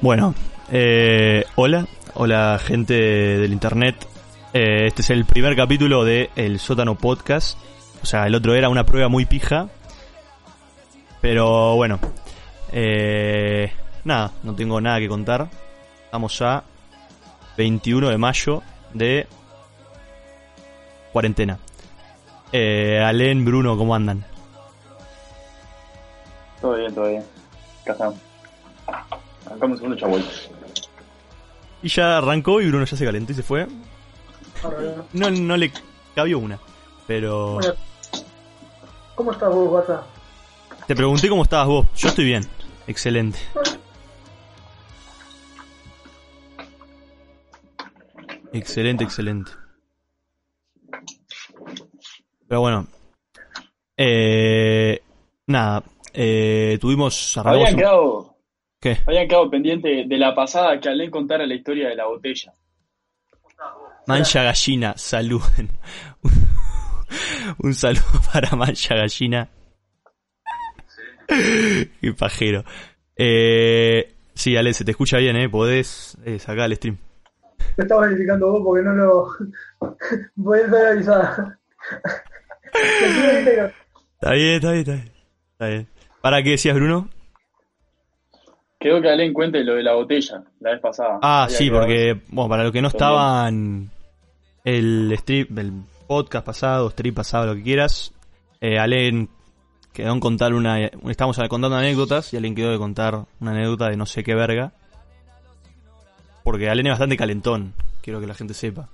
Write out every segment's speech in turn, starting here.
Bueno, eh, hola, hola gente del internet. Eh, este es el primer capítulo de El Sótano Podcast. O sea, el otro era una prueba muy pija. Pero bueno, eh, nada, no tengo nada que contar. Estamos a 21 de mayo de cuarentena. Eh, Alen, Bruno, ¿cómo andan? Todo bien, todo bien. Acá estamos. Arrancamos segundo chabuel. Y ya arrancó y Bruno ya se calentó y se fue. No, no le cabió una. Pero Bueno, ¿Cómo estás vos, Bata? te pregunté cómo estabas vos. Yo estoy bien. Excelente. Excelente, excelente. Pero bueno. Eh, nada. Eh, tuvimos... arrancamos Habían un- quedado, ¿Qué? habían quedado pendiente de la pasada que Alén contara la historia de la botella. Mancha Gallina, saluden. Un saludo para Mancha Gallina. Qué pajero. Eh, sí, Ale, se te escucha bien, ¿eh? Podés eh, sacar el stream. Te estaba verificando vos porque no lo. Podés estar avisada. Te estuve entero. Está bien, está bien, está bien. Está bien. ¿Para qué decías, Bruno? Quedó que Alén cuente lo de la botella la vez pasada. Ah, Había sí, quedado porque, bueno, para los que no estaban el strip, el podcast pasado, strip pasado, lo que quieras, eh, Alen quedó en contar una. Estamos contando anécdotas y Alen quedó de contar una anécdota de no sé qué verga. Porque Alen es bastante calentón, quiero que la gente sepa.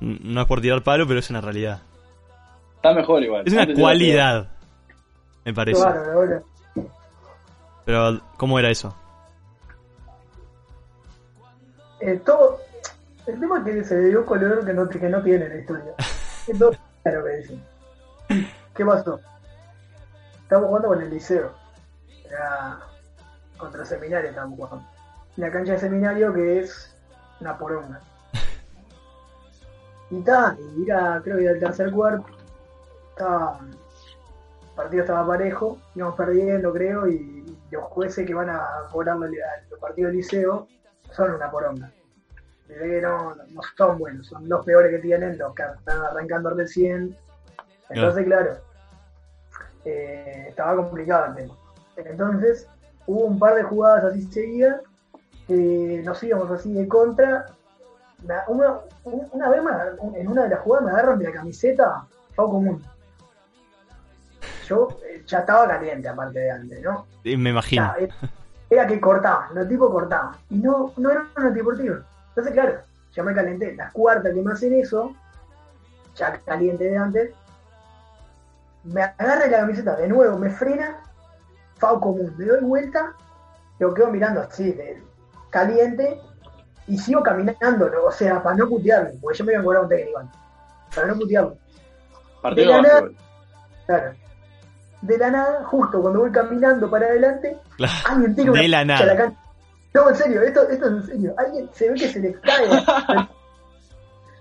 N- No es por tirar palo, pero es una realidad. eso. Está mejor igual. Es una Antes era cualidad, me Qué parece. bárbaro, ahora. Pero, ¿cómo era eso? Eh, todo. El tema es que se le dio color que no, que no tiene la historia. Es todo claro que dicen. ¿Qué pasó? Estamos jugando con el liceo. Era contra seminario estamos jugando. La cancha de seminario que es una poronga. Y ta, y era, creo que era el tercer cuarto. Ta, el partido estaba parejo, íbamos perdiendo creo, y los jueces que van a cobrando el- al- los partidos del liceo son una poronga. Se ve que no, no son buenos, son los peores que tienen, los que están arrancando recién. Entonces, claro, eh, estaba complicado el tema. Entonces, hubo un par de jugadas así seguidas que nos íbamos así de contra. Una, una- un- una vez me agar- en una de las jugadas me agarran de la camiseta, fue común. Yo eh, ya estaba caliente, aparte de antes, ¿no? Eh, Me imagino. Claro, era- Era que cortaban, los tipos cortaban. Y no, no eran antideportivos. Entonces, claro, ya me calenté. Las cuartas que me hacen eso, ya caliente de antes, me agarra la camiseta de nuevo, me frena, FAU común, me doy vuelta, lo quedo mirando así, de- caliente, y sigo caminando, ¿no? o sea, para no putearlo, porque yo me voy a cobrar un técnico antes, para no putearlo. Partido De la de básquetbol. Claro. De la nada, justo cuando voy caminando para adelante, Claro. alguien De tira una la picha a nada. cancha. No, en serio, esto, esto es en serio. Alguien se ve que se le cae.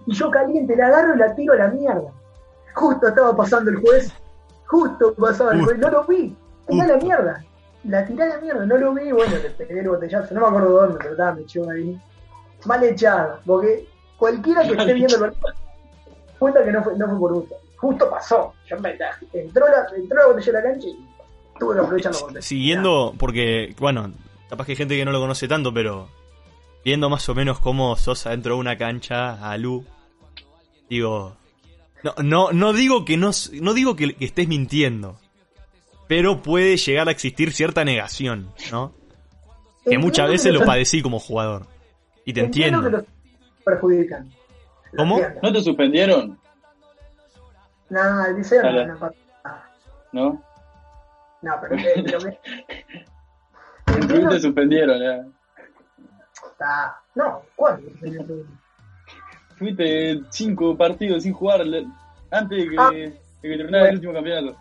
y yo caliente, la agarro y la tiro a la mierda. Justo estaba pasando el juez. Justo pasaba el Justo. juez. No lo vi. Tirá a la mierda. La tiré a la mierda. No lo vi. Bueno, le pegué el botellazo. No me acuerdo dónde, pero estaba me echó ahí. Mal echado. Porque cualquiera que esté viendo el partido cuenta que no fue, no fue por gusto. Justo pasó. Yo me la- entró, la, entró la botella a la cancha y estuve aprovechando con eso. Siguiendo, porque, bueno, capaz que hay gente que no lo conoce tanto, pero viendo más o menos cómo sos adentro de una cancha, a Lu, digo. No, no, no digo que no, s- no digo que, que estés mintiendo, pero puede llegar a existir cierta negación, ¿no? Que Entiendo muchas veces lo los- padecí como jugador. Y te entiendo. que los- perjudican. Lo ¿Cómo? entiendo. ¿No te suspendieron? Nada, el liceo no, Dale. no pasa nada. ¿No? No, pero que- lo que- En Rubin te suspendieron, eh. ya. Ah, No, ¿cuándo? Fuiste cinco partidos sin jugar le- antes de que, Ah. de que terminara el último campeonato.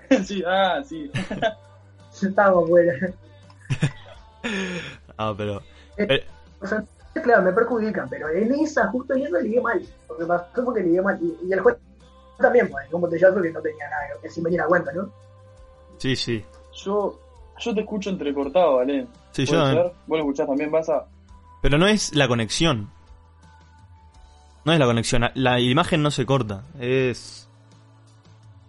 sí, ah, sí. Estábamos buena. Ah, pero. O sea, claro, me perjudican, pero en esa, justo en esa, ligué mal. Porque pasó porque ligué mal. Y, y el juez también, pues, un botellazo que no tenía nada, que sin venir a cuenta, ¿no? Sí, sí. Yo, yo te escucho entrecortado, Ale. Sí, yo eh. ¿Puede también. ser? ¿Vos lo escuchás también, Baza? Pero no es la conexión. No es la conexión. La imagen no se corta. Es.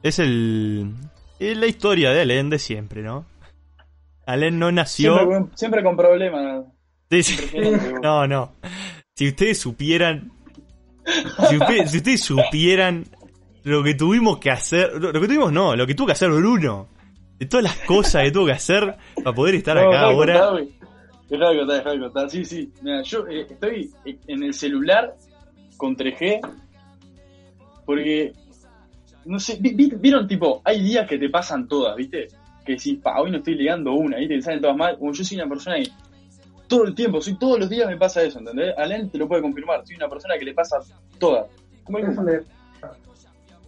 Es el. Es la historia de Alen de siempre, ¿no? Alen no Siempre, nació. con- siempre con problemas. Sí, sí. Impresionante, vos. No, no. Si ustedes supieran. Si, usted- si ustedes supieran lo que tuvimos que hacer. Lo, lo que tuvimos no, lo que tuvo que hacer Bruno. De todas las cosas que tuvo que hacer para poder estar No, acá dejá de ahora. contar, güey. Dejá de contar, dejá de contar. Sí, sí. Mira, yo eh, estoy eh, en el celular con 3G porque, no sé, vi- vi- vieron tipo, hay días que te pasan todas, ¿viste? Que decís, pa, hoy no estoy ligando una, ¿viste? Te salen todas mal. Como yo soy una persona que todo el tiempo, soy todos los días me pasa eso, ¿entendés? Alain te lo puede confirmar, soy una persona que le pasa todas. Como el Eso Guzmán.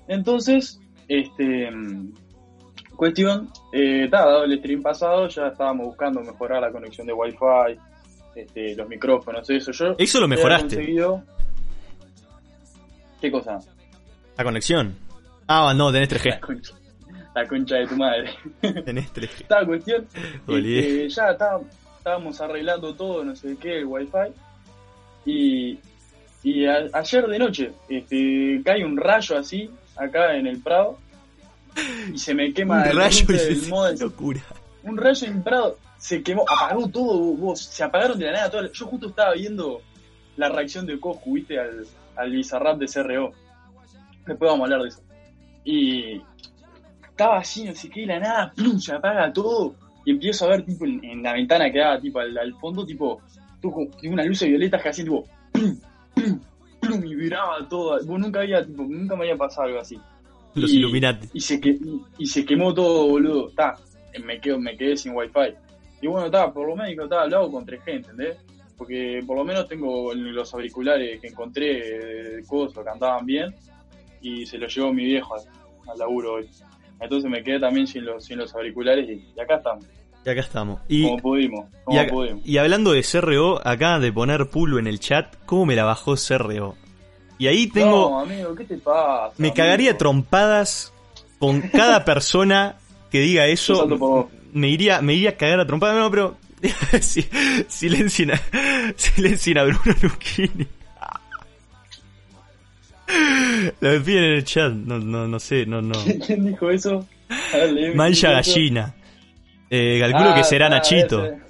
me- Entonces, este. mm, Cuestión, eh, ta, dado el stream pasado, ya estábamos buscando mejorar la conexión de Wi-Fi, este, los micrófonos, eso. Yo Eso lo había mejoraste. conseguido- ¿Qué cosa? La conexión. Ah, no, tenés 3G. La concha, la concha de tu madre. Tenés 3G. Esta cuestión, Olvidé. este, ya está- estábamos arreglando todo, no sé qué, el wifi. Y, y a- ayer de noche este, cae un rayo así, acá en el Prado, y se me Un quema el rayo router y del se- modem. locura. Un rayo en Prado se quemó, apagó todo, vos, se apagaron de la nada. todas las- yo justo estaba viendo la reacción de Coscu, viste, al, al bizarrap de CRO. Después vamos a hablar de eso. Y estaba así, no sé qué, de la nada, plum, se apaga todo. Y empiezo a ver, tipo, en, en la ventana que daba, tipo, al, al fondo, tipo, tuvo tipo unas luces violetas que hacían, tipo, plum, plum, plum, y vibraba todo. Vos nunca había, tipo, nunca me había pasado algo así. Los Y- Illuminati. Y se, que, y, y se quemó todo, boludo. Ta, me, quedo, me quedé sin wifi. Y bueno, ta, por lo menos ta, lo hago con 3G, ¿entendés? Porque por lo menos tengo los auriculares que encontré de coso, que andaban bien. Y se los llevó mi viejo al, al laburo hoy. Entonces me quedé también sin los, sin los auriculares y, y acá estamos, Y acá estamos. Y, como pudimos, y, como acá- pudimos. y hablando de CRO, acá de poner pulo en el chat, ¿cómo me la bajó CRO? Y ahí tengo. No, amigo, ¿qué te pasa? me cagaría amigo? trompadas con cada persona que diga Yo eso. salto por vos. Me iría, me iría a cagar a trompadas. No, pero. si, silencien, a, silencien a Bruno Lucchini. Lo despiden en el chat. No, no, no sé, no, no. ¿Quién dijo eso? A ver, leeme, ¿quién Mancha dijo eso? gallina. Eh, calculo que Ah, será está, Nachito. debe ser.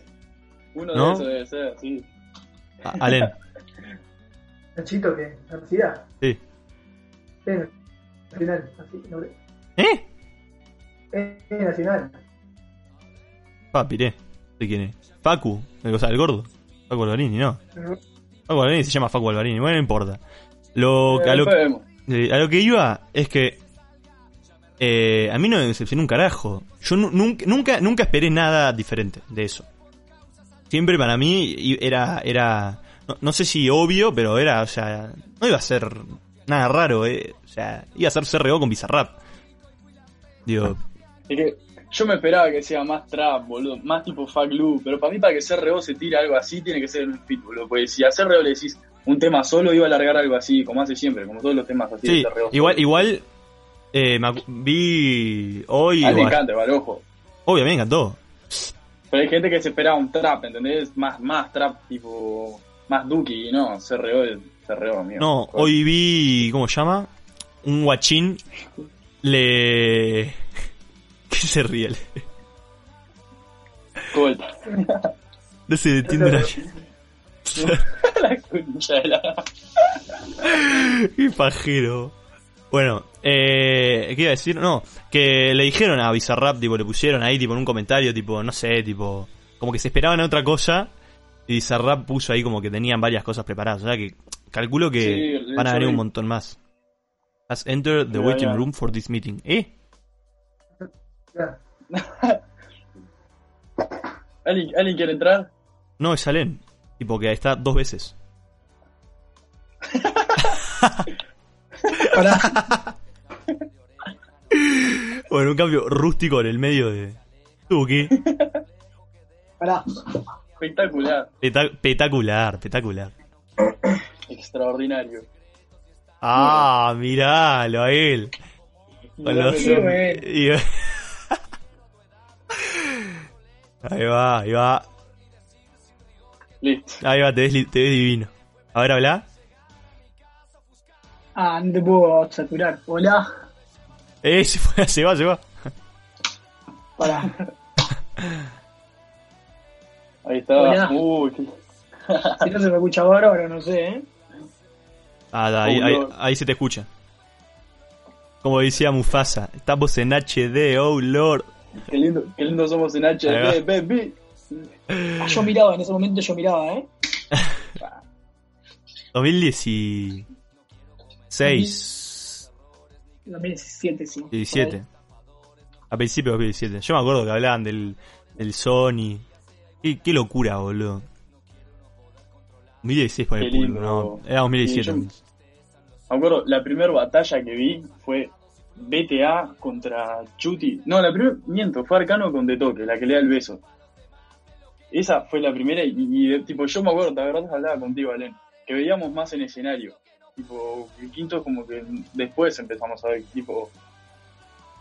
Uno ¿No? de esos debe ser, sí. A- Alen, Nachito, que ansiedad. sí. Eh, nacional, así, no, eh, ¿Eh? eh, nacional. Papi, ¿eh? ¿De quién es? Facu, o sea, el gordo. Facu Alvarini, no. Facu Alvarini se llama Facu Alvarini, bueno, no importa. Lo, Eh, a, lo, después vemos. eh, a lo que iba es que eh, a mí no me decepcionó un carajo. Yo nu- nunca, nunca, nunca esperé nada diferente de eso. Siempre para mí i- era, era no, no sé si obvio, pero era, o sea, no iba a ser nada raro, eh. O sea, iba a ser CRO con Bizarrap. Digo, Ah, Es que yo me esperaba que sea más trap, boludo, más tipo fuck loop, pero para mí para que CRO se tire algo así tiene que ser un fit, boludo, porque si a CRO le decís un tema solo iba a largar algo así, como hace siempre, como todos los temas así Sí, de CRO. igual, igual eh, me acu- vi hoy. A él Ah, le bueno, encanta, igual, ojo. obvio, me encantó. Pero hay gente que se esperaba un trap, ¿entendés? Más, más trap, tipo, más Duki, y no, CRO es CRO, amigo. No, hoy vi. ¿Cómo se llama? Un guachín. Le. que se ríe? Colt. No se detiene la- la concha de la... Qué pajero. Bueno, eh, ¿qué iba a decir? No, que le dijeron a Bizarrap, tipo, le pusieron ahí, tipo, en un comentario, tipo, no sé, tipo, como que se esperaban a otra cosa. Y Bizarrap puso ahí como que tenían varias cosas preparadas. O sea que calculo que Sí, van a yo venir vi. un montón más. Has entered the Ya, waiting ya. room for this meeting. ¿Eh? Claro. ¿Alguien, ¿Alguien quiere entrar? No, es Alén. Y porque está dos veces. Pará. Bueno, un cambio rústico en el medio de. Tuki. Pará. Espectacular, Espectacular, espectacular. extraordinario. Ah, miralo a él. Con los- Sí, güey. y- Ahí va, ahí va. Listo. Ahí va, te ves, li- te ves divino. A ver, habla. Ah, no te puedo saturar. Hola. Eh, se, fue, se va, se va. Pará. Ahí estaba. Hola. Uy, qué- Si no se me escucha ahora, ahora no sé, ¿eh? Ah, da, ahí, Oh, ahí- Lord. ahí se te escucha. Como decía Mufasa, estamos en HD, oh lord. qué lindo, qué lindo somos en Ahí HD, baby. Ah, Yo miraba, en ese momento yo miraba, ¿eh? 2016, 2017, sí. 17. A principios de 2017. Yo me acuerdo que hablaban del, del Sony. Qué, qué locura, boludo. 2016 por el Qué pulpo, lindo. no. Era Sí, 2017. Me acuerdo, la primera batalla que vi fue BTA contra Chuti. No, la primera, miento, fue Arcano con Detoque, la que le da el beso. Esa fue la primera y, y, eh, tipo, yo me acuerdo, te acordás, hablaba contigo, Alen, que veíamos más en escenario. Tipo, el quinto como que después empezamos a ver, tipo...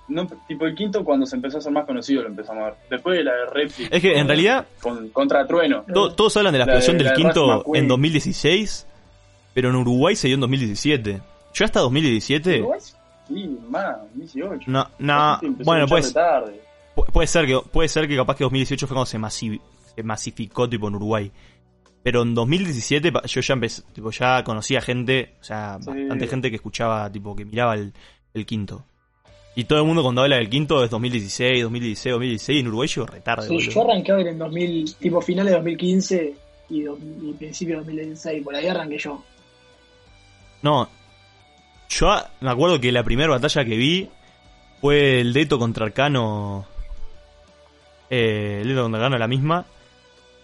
No, tipo el quinto cuando se empezó a ser más conocido lo empezamos a ver. Después de la de Reptil. Es que en con- realidad Con, contra Trueno. to- todos hablan de la La explosión de- del la de Rash quinto McQueen. en 2016, pero en Uruguay se dio en 2017. Yo hasta 2017... Sí, más, 18. No, no, Sí, empezó bueno, mucho pues re tarde. Pu- Puede ser que puede ser que capaz que 2018 fue cuando se, masi- se masificó tipo en Uruguay. Pero en 2017 pa- yo ya empecé, tipo, ya conocía gente, o sea, Sí. bastante gente que escuchaba, tipo, que miraba el, el quinto. Y todo el mundo cuando habla del quinto es 2016, 2016, 2016, y en Uruguay yo retardo, Sí, yo arranqué a ver en 2000, tipo finales de 2015 y, do- y principio de 2016, por ahí arranqué yo. No. Yo a- me acuerdo que la primera batalla que vi fue el Deto contra Arcano. Eh, el Deto contra Arcano, la misma.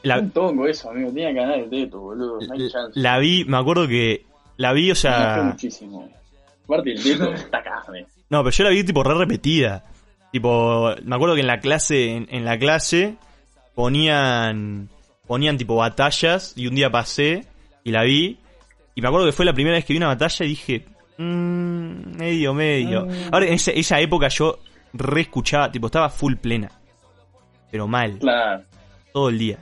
La, Un tongo eso, amigo. Tenía que ganar el teto, boludo. No Eh, hay chance. Eh, La vi, me acuerdo que la vi, o Me enojé sea. muchísimo. Aparte el teto está carne. No, pero yo la vi tipo re repetida. Tipo, me acuerdo que en la clase, en, en la clase ponían ponían tipo batallas y un día pasé y la vi y me acuerdo que fue la primera vez que vi una batalla y dije, "Mm, medio medio. Ahora en esa, esa época yo re escuchaba, tipo estaba full plena. Pero mal, Claro. todo el día.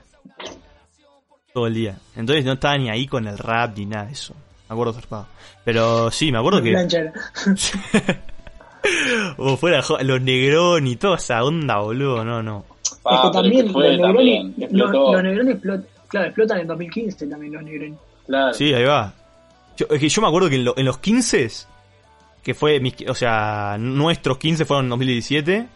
Todo el día. Entonces no estaba ni ahí con el rap ni nada de eso. Me acuerdo zarpado. Pero sí, me acuerdo que Plancha era. O fuera jo- los Negrón y toda esa onda, boludo. No, no. es Ah, que pero Este, también, que fue los Negroni, también, los, Explotó. los Negroni explot- claro, explotan en 2015 también los Negroni. Claro. Sí, ahí va. Yo, es que yo me acuerdo que en, lo- en los 15, que fue, mis, qui- o sea, nuestros 15 fueron en 2017.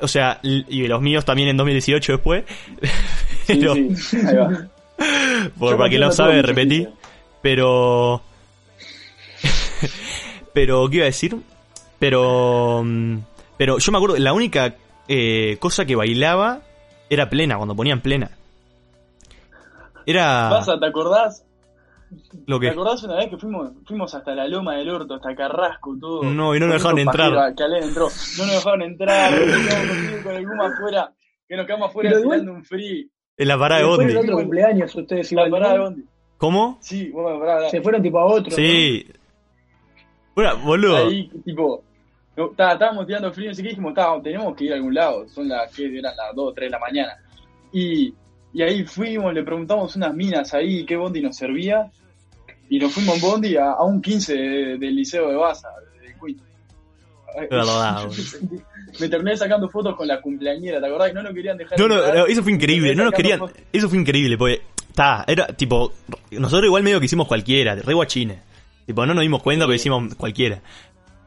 O sea, l- y los míos también en 2018 después. Sí, Pero, sí. Ahí va. por- Yo para quien no controlo sabe, todo, repetí. muchachos. Pero. pero, ¿qué iba a decir? Pero. mm, Pero yo me acuerdo, la única eh, cosa que bailaba era plena, cuando ponían plena. Era. Pasa, ¿te acordás? Lo ¿Te que. acordás una vez que fuimos, fuimos hasta la loma del orto, hasta Carrasco, todo? No, y no nos dejaron Poquito entrar. pajero, Que Alén entró. No nos dejaron entrar, nos quedamos contigo con el guma afuera, que nos quedamos afuera Pero igual- tirando un free. En la parada Ah, de Después Bondi. del otro cumpleaños ustedes La igual, parada de ¿no? Bondi. ¿Cómo? Sí, bueno, pará, pará. se fueron tipo a otro. Sí. Bueno, boludo. Ahí, tipo, no, tá- estábamos tirando frío, no sé qué, dijimos, tá, tenemos que ir a algún lado, son las que eran las 2, 3 de la mañana. Y, y ahí fuimos, le preguntamos unas minas ahí qué bondi nos servía, y nos fuimos en bondi a, a un 15 de- del liceo de Baza, de Cuito. Es verdad, boludo. Me terminé sacando fotos con la cumpleañera, ¿te acordás? Que no nos querían dejar. No, no, entrar. no, eso fue increíble. No nos querían. Eso fue increíble, porque. Está, era tipo. Nosotros igual medio que hicimos cualquiera, re guachines. Tipo, no nos dimos cuenta, pero hicimos cualquiera.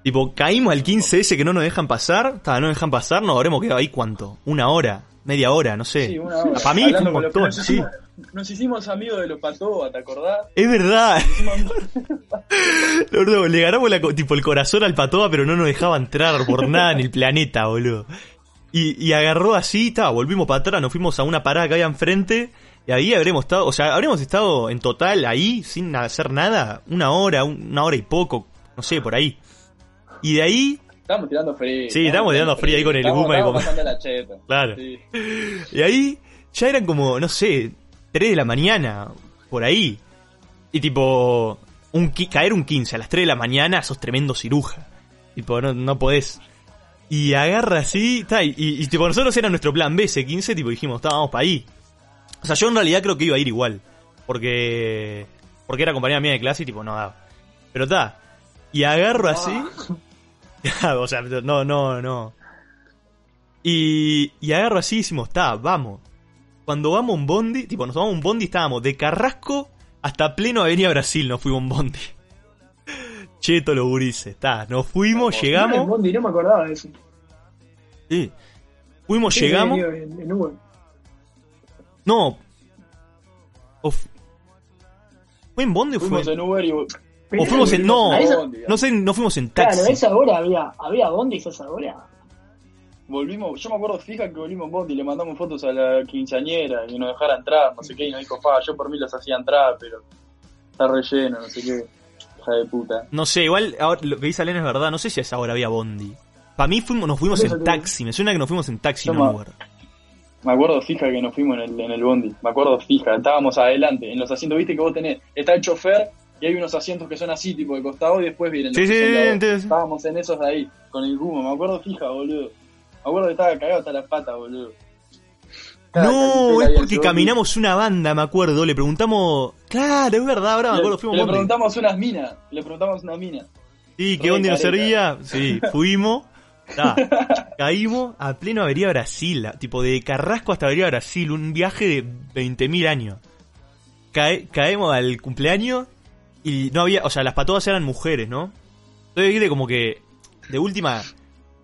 Tipo, caímos al 15S que no nos dejan pasar. Ta, no nos dejan pasar, nos habremos quedado ahí cuánto? Una hora, media hora, no sé. Sí, una hora. Para mí fue Hablando un con los que montón, nos sí. hicimos- Nos hicimos amigos de los Patoa, ¿te acordás? Es verdad. Nos hicimos amigos- Boludo, le ganamos la co- tipo el corazón al patoa, pero no nos dejaba entrar por nada en el planeta, boludo. Y, y agarró así, ta, volvimos para atrás, nos fuimos a una parada que había enfrente. Y ahí habremos estado, o sea, habremos estado en total ahí, sin hacer nada, una hora, un- una hora y poco, no sé, por ahí. Y de ahí, Estamos tirando frío. Sí, estamos tirando frío ahí con el Estamos- Guma y estamos con- pasando la cheta. Claro. Sí. y ahí ya eran como, no sé, 3 de la mañana, por ahí. Y tipo, un, qui- caer un 15 a las 3 de la mañana, sos tremendo ciruja. Tipo, no, no podés. Y agarra así, ta, y, y, tipo, nosotros era nuestro plan B, ese 15, tipo, dijimos, "Ta, vamos para ahí. O sea, yo en realidad creo que iba a ir igual. Porque. Porque era compañera mía de clase y tipo, no daba. Pero ta. Y agarro así. o sea, no, no, no. Y, y agarro así y decimos, ta, vamos. Cuando vamos un bondi, tipo, nos tomamos un bondi y estábamos de Carrasco hasta pleno Avenida Brasil, nos fuimos un bondi. Cheto lo gurises, ta. Nos Vamos. fuimos, No, en llegamos. Bondi, no me acordaba de eso. Sí. Fuimos, Sí, llegamos. digo, En, en Uber. No. O fu- ¿Fue en bondi o fue? Fuimos en Uber y. O fuimos en. No, A esa- no sé, no fuimos en Claro, taxi. a esa hora había, había Bondi a esa hora. Volvimos, yo me acuerdo fija que volvimos en Bondi, le mandamos fotos a la quinceañera y nos dejara entrar, no sé qué, y nos dijo, pa, yo por mí los hacía entrar, pero está relleno, no sé qué, hija de puta. No sé, igual ahora, lo que dice Alen es verdad. No sé si a esa hora había bondi. Para mí fuimos, nos fuimos Por en eso te digo. taxi. Me suena que nos fuimos en taxi, no Toma. en Uber. Me acuerdo fija que nos fuimos en el, en el Bondi, me acuerdo fija, estábamos adelante, en los asientos, viste que vos tenés, está el chofer y hay unos asientos que son así, tipo de costado, y después vienen los que Sí, sí, son de sí, abajo. entiendo. Estábamos en esos de ahí, con el gumo, me acuerdo fija, boludo. Me acuerdo que estaba cagado hasta las patas, boludo. Estaba No, caliente es ahí porque el bondi. caminamos una banda, me acuerdo. Le preguntamos. Claro, es verdad, ahora me Le, acuerdo. Fuimos le bondi. preguntamos unas minas, le preguntamos unas minas. Sí, ¿qué Re bondi nos careta. servía? Sí, fuimos. Ta, caímos a pleno Avería Brasil, la- tipo de Carrasco hasta Avería Brasil, un viaje de 20.000 años. Cae- caemos al cumpleaños y no había, o sea, las patodas eran mujeres, ¿no? Entonces, viste, como que, de última,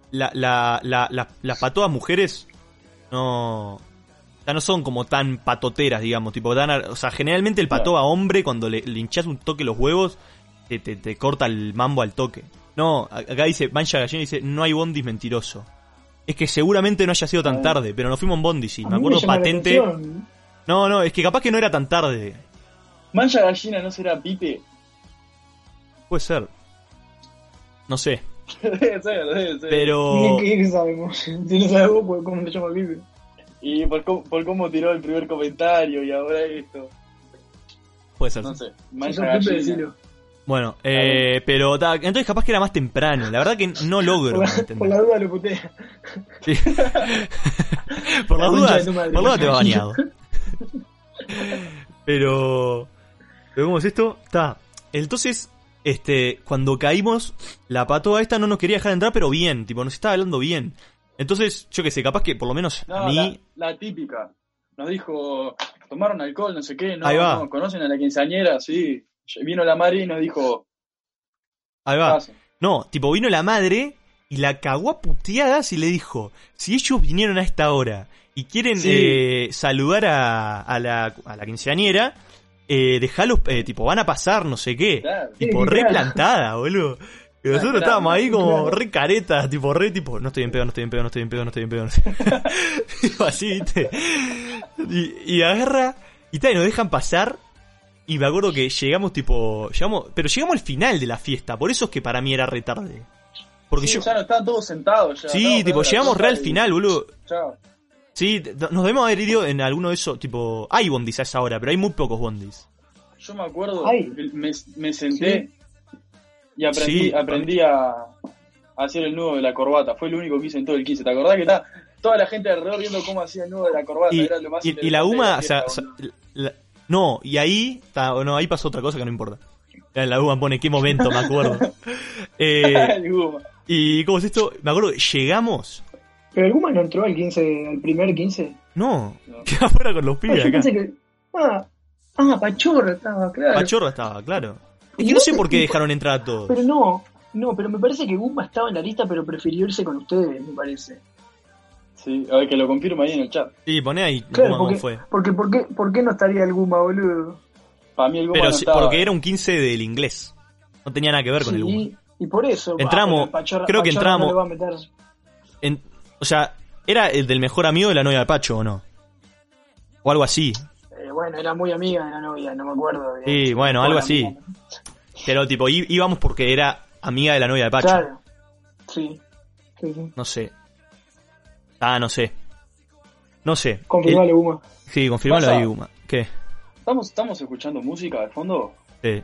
la, la, la- la- las patodas mujeres no, ya no son como tan patoteras, digamos, tipo, tan, ar- o sea, generalmente el patoa hombre, cuando le, le hinchas un toque los huevos, te, te- te corta el mambo al toque. No, a- acá dice, Mancha Gallina dice, no hay bondis mentiroso. Es que seguramente no haya sido tan Ah. tarde, pero nos fuimos en bondi, sí. A Me mí acuerdo llama la patente. atención. No, no, es que capaz que no era tan tarde. Mancha gallina no será Pipe. Puede ser. No sé. debe ser, debe ser. Pero. ¿Qué, qué sabemos? Si no sabemos pues, cómo se llama el pibe. Y por, cómo- por cómo tiró el primer comentario y ahora esto. Puede ser. No sé. Si Mancha sos pibe, gallina. decilo. Bueno, eh, pero. ta, entonces capaz que era más temprano. La verdad que no logro. Por la, entender. por la duda lo putea. Sí. por La las concha dudas, de tu madre. por las dudas te va bañado. Pero, pero ¿cómo es esto? Está. Entonces, este, cuando caímos, la patoa esta no nos quería dejar entrar, pero bien, tipo, nos estaba hablando bien. Entonces, yo qué sé, capaz que por lo menos No, a mí. la, la típica. Nos dijo, tomaron alcohol, no sé qué. No, Ahí va. no, ¿Conocen a la quinceañera? Sí. Vino la madre y nos dijo, Ahí va. "Pasen". No, tipo, vino la madre y la cagó a puteadas y le dijo: Si ellos vinieron a esta hora y quieren Sí. eh, saludar a, a la, a la quinceañera, eh, dejalos, eh, tipo, van a pasar, no sé qué. Claro. Tipo, Sí, re claro. plantada, boludo. Y nosotros Claro, estábamos ahí como claro. re caretas, tipo, re tipo, no estoy en pedo, no estoy en pedo, no estoy en pedo, no estoy en pedo. no estoy en pedo". Tipo, así, viste. Y, y agarra, y tal, y nos dejan pasar. Y me acuerdo que llegamos, tipo, llegamos, pero llegamos al final de la fiesta, por eso es que para mí era re tarde. Porque Sí, yo, ya no estaban todos sentados. Ya, sí, tipo, llegamos re al final, boludo. Chao. Sí, t- nos debemos haber ido en alguno de esos, tipo, hay bondis a esa hora, pero hay muy pocos bondis. Yo me acuerdo, Ay. me, me senté y aprendí, Sí, aprendí a, a hacer el nudo de la corbata. Fue lo único que hice en todo el 15. ¿Te acordás que está toda la gente alrededor viendo cómo hacía el nudo de la corbata? y, Era lo más y- y la interesante de UMA, o sea, fiesta, o sea, boludo. la- no, y ahí, ta, o no, ahí pasó otra cosa que no importa. Ya La UMA pone qué momento, me acuerdo. Eh, El Guma. y cómo es esto, me acuerdo, que llegamos. Pero el Guma no entró al 15, al primer 15. No, No. que afuera con los Ah, pibes yo acá. pensé que. Ah, ah Pachorra estaba, claro. Pachorra estaba, claro. Es Y que no vos sé te- por qué dejaron entrar a todos. Pero no, No, pero me parece que Gumba estaba en la lista, pero prefirió irse con ustedes, me parece. Sí, a ver que lo confirma ahí en el chat. Sí, poné ahí Claro, Guzmán cómo porque, fue. porque ¿por qué, por qué no estaría el Gumba, boludo? Para mí el Goma Pero no sí, estaba. porque era un 15 del inglés. No tenía nada que ver con el Guzmán. Sí, y por eso. Entramos, ah, Pachorra- creo que Pachorra no entramos. lo va a meter. En- o sea, ¿era el del mejor amigo de la novia de Pacho o no? O algo así. Eh, bueno, era muy amiga de la novia, no me acuerdo. bien. Sí, bueno, algo Bueno, así. amiga. Pero tipo, í- íbamos porque era amiga de la novia de Pacho. Claro. Sí. sí, sí. No sé. Ah, no sé. No sé. Confirmale, Guma. El- sí, confirmalo Pasa. ahí, Guma. ¿Qué? ¿Estamos, ¿Estamos escuchando música de fondo? Eh,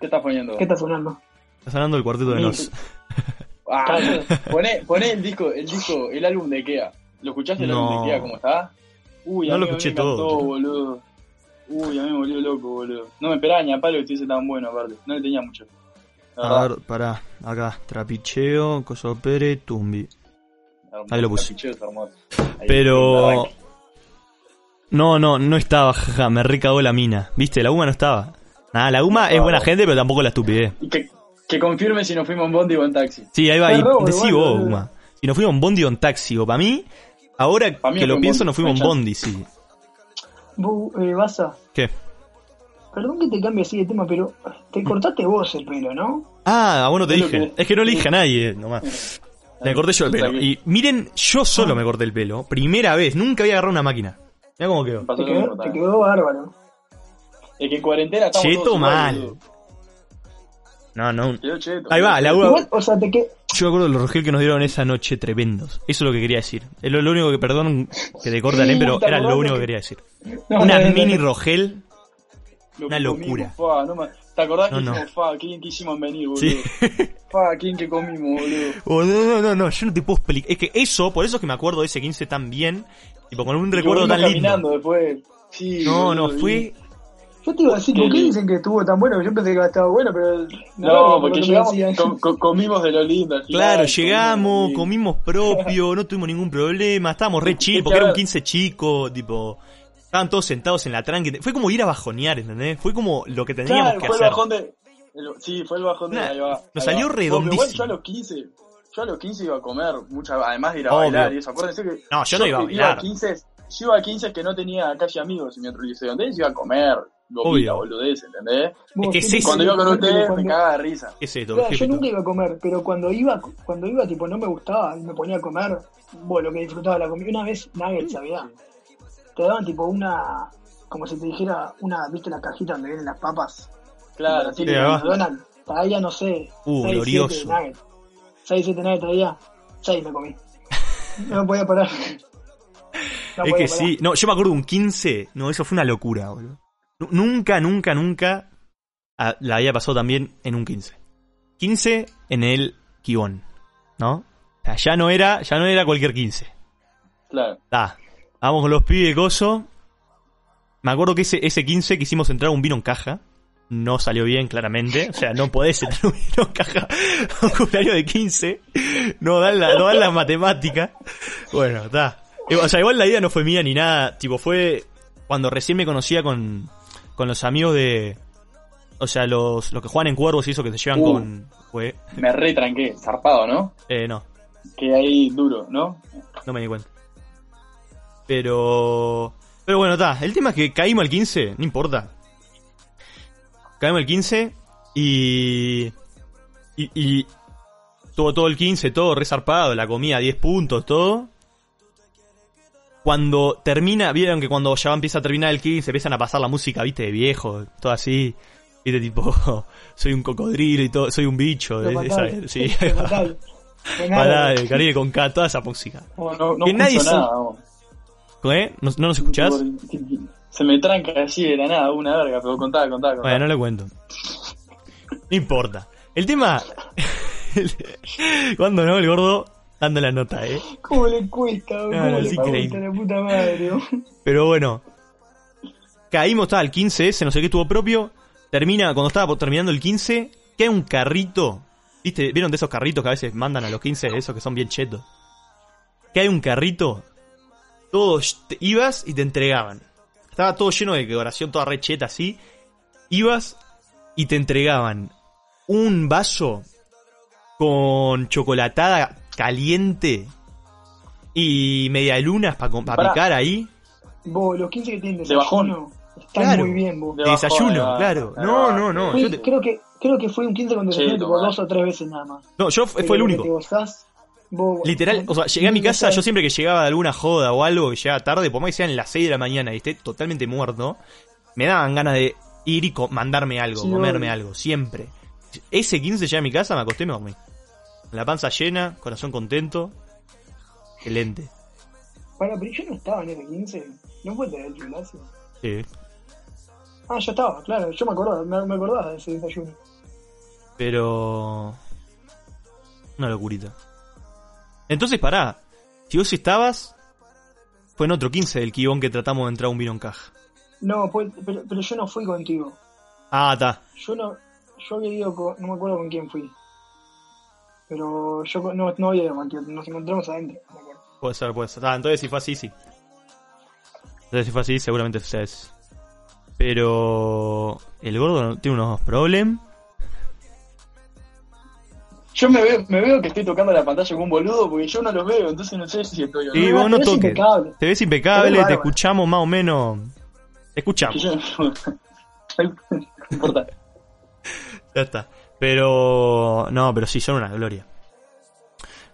¿Qué estás poniendo? ¿Qué está sonando? está sonando el cuarteto de Sí, Nos. Ah, poné, poné el disco, el disco, el álbum de Kea. ¿Lo escuchaste el No. álbum de Kea cómo está? Uy, a mí No lo a mí escuché me encantó, todo. boludo. Uy, a mí me volvió loco, boludo. No me esperaba ni a palo que estuviese tan bueno, aparte. No le tenía mucho. La A verdad, ver, pará. Acá, Trapicheo, Coso Pérez, Tumbi. hermoso, ahí lo puse. el picheo está hermoso. Ahí, Pero. arranque. No, no, no estaba, jaja, me recagó la mina. ¿Viste? La Guma no estaba. Nada, la Guma es estaba. buena gente, pero tampoco la estupidez. Y que, que confirme si nos fuimos en Bondi o en taxi. Sí, ahí va. Y Qué robo, decí igual, vos, eh. boludo. Guma. Si nos fuimos en bondi o en taxi, o para mí, ahora Pa' mí que fue lo en pienso, bondi, nos fuimos en no hay bondi, sí. Bu- eh, Baza, ¿Qué? perdón que te cambie así de tema, pero te cortaste vos el pelo, ¿no? Ah, bueno, te Es lo dije. que- Es que no le dije a nadie, nomás. Me corté yo el pelo. Tranquilo. Y miren, yo Ah. solo me corté el pelo. Primera vez, nunca había agarrado una máquina. Mira cómo quedó. Me pasó Te lo quedó, mismo te también. quedó bárbaro. Es que en cuarentena estamos Cheto todos igual, mal. boludo. No, no. Quedó cheto. Ahí va, la uva. Igual, o sea, te que Yo me acuerdo de los rojil que nos dieron esa noche tremendos. Eso es lo que quería decir. Es lo, lo único que, perdón, que te corta Sí, Alem, pero te era lo acordás único lo que que- quería decir. No, Una no, no, mini no. rogel. Lo Una que locura. comimos, fa, no me- ¿Te acordás No, que no. dijimos, fa, quién quisimos venir, boludo? Sí. Fa, quién que comimos, boludo. Oh, no, no, no, no, yo no te puedo explicar. Es que eso, por eso es que me acuerdo de ese 15 tan bien. Tipo, con un Y recuerdo volvimos tan lindo. caminando después. Sí, No, no, boludo, y- fue. Yo te iba a decir, ¿por qué Porque- dicen que estuvo tan bueno? Yo pensé que estaba bueno, pero. No, por lo que porque me llegamos, decían. com- com- comimos de lo lindo. al final, Claro, comimos llegamos, y- comimos propio, no tuvimos ningún problema, estábamos re chill, Es que porque era un ahora- 15 chico, tipo. Estaban todos sentados en la tranqui. Fue como ir a bajonear, ¿entendés? Fue como lo que teníamos Claro, que fue hacer. el bajón de. el- sí, fue el bajón de. Nah, ahí va, nos ahí salió va. redondísimo. Porque igual yo a los 15. Yo a los 15 iba a comer, mucha, además de ir a Obvio. bailar y eso. Acuérdense que. No, yo no iba a bailar. 15, yo iba a 15 que no tenía casi amigos en mi otro liceo. Entonces iba a comer, Obvio. gomita, boludez, ¿entendés? Vos, que yo sí, nunca Cuando sí. iba iba a con comer, pero ustedes me cuando- cagaba de risa. ¿Qué es esto? Claro, yo Jefito? nunca iba a comer, pero cuando iba, cuando iba, tipo, no me gustaba y me ponía a comer, bueno, lo que disfrutaba la comida. Una vez, nuggets, sabía. Te daban, tipo, una. Como si te dijera, una, ¿viste la cajita donde vienen las papas? Claro, sí, sí. Sí, ahí va. Donald, traía, no sé, Uh, 6, glorioso. 7 nuggets. 6, 7 nuggets traía, 6 me comí. No podía parar. No es podía que parar. sí. No, yo me acuerdo de un 15. No, eso fue una locura, boludo. Nu- Nunca, nunca, nunca ah, la había pasado también en un 15. 15 en el Kibón, ¿no? O sea, ya no era, ya no era cualquier 15. Claro. Ta, vamos con los pibes de coso. Me acuerdo que ese, ese 15 quisimos entrar un vino en caja. No salió bien, claramente. O sea, no podés entrar un vino en caja a un cumpleaños de 15. No dan la, no dan la matemática. Bueno, está. O sea, igual la idea no fue mía ni nada. Tipo, fue cuando recién me conocía con, con los amigos de... O sea, los, los que juegan en cuervos y eso que se llevan Uh. con... fue- Me retranqué, zarpado, ¿no? eh, no, Que ahí duro, ¿no? No me di cuenta. Pero. Pero bueno, está. El tema es que caímos al 15, no importa. Caímos al 15 y. Y. y todo, todo el 15, todo resarpado, la comida, 10 puntos, todo. Cuando termina, vieron que cuando ya empieza a terminar el 15, empiezan a pasar la música, viste, de viejo, todo así. Viste, tipo, soy un cocodrilo y todo, soy un bicho. Lo es- esa- fatal. sí, Lo fatal. Fue nada. Oh, pará, eh. el Caribe con K, toda esa música. No, no, no Que nadie escucho se- nada, vos. ¿Eh? ¿No, no nos escuchás? Se me tranca así de la nada, una verga, pero contaba, contaba, contaba. Bueno, no le cuento. No importa. El tema. Cuando no, el gordo dando la nota, ¿eh? ¿Cómo le cuesta? boludo? No, no, ¿Cómo es le cuesta increíble. la puta madre? boludo? Pero bueno. Caímos, estaba el 15S, no sé qué estuvo propio. Termina, cuando estaba por- terminando el 15, queda un carrito. ¿Viste? ¿Vieron de esos carritos que a veces mandan a los 15, esos que son bien chetos? Que hay un carrito. Todos te- ibas y te entregaban. Estaba todo lleno de decoración, toda recheta así. Ibas y te entregaban un vaso con chocolatada caliente y medialunas para Pará. picar ahí. Vos, los 15 que tienen De bajón. desayuno están Claro. muy bien, vos. De desayuno, claro. No, no, no. Fui- Yo, te- creo, que, creo que fue un 15 con desayuno Sí, tipo tomá. dos o tres veces nada más. no, yo fue el Pero que te único. gozás, vos- Literal, o sea, llegué a mi no casa, sabés. yo siempre que llegaba de alguna joda o algo, que llegaba tarde, por más que sean las 6 de la mañana y esté totalmente muerto, me daban ganas de ir y co- mandarme algo, Sí, comerme obvio. algo, siempre. Ese 15 llegué a mi casa, me acosté y me dormí. Con La panza llena, corazón contento. Excelente. Pará, pero yo no estaba en ese 15. ¿No fue el del gimnasio? Sí. Ah, yo estaba, claro. Yo me acordaba, me, me acordaba de ese desayuno. Pero. Una locurita. Entonces, pará. Si vos estabas. Fue en otro 15 del quibón que tratamos de entrar un vino en caja. No, pues, pero, pero yo no fui contigo. Ah, está. Yo no, yo había ido con, no me acuerdo con quién fui. Pero yo con- no, no había ido con tío, nos encontramos adentro, me acuerdo. Puede ser, puede ser. Ah, entonces si fue así, sí. Entonces si fue así, seguramente sea ese. Pero. El gordo no- tiene unos problemas. Yo me veo, me veo que estoy tocando la pantalla como un boludo porque yo no los veo, entonces no sé si estoy o no. Y no, vos no pero es toques. impecable. Te ves impecable, Pero es te bárbaro. escuchamos más o menos. Te Que escuchamos. yo no- no importa. Ya está. Pero. No, pero sí, son una gloria.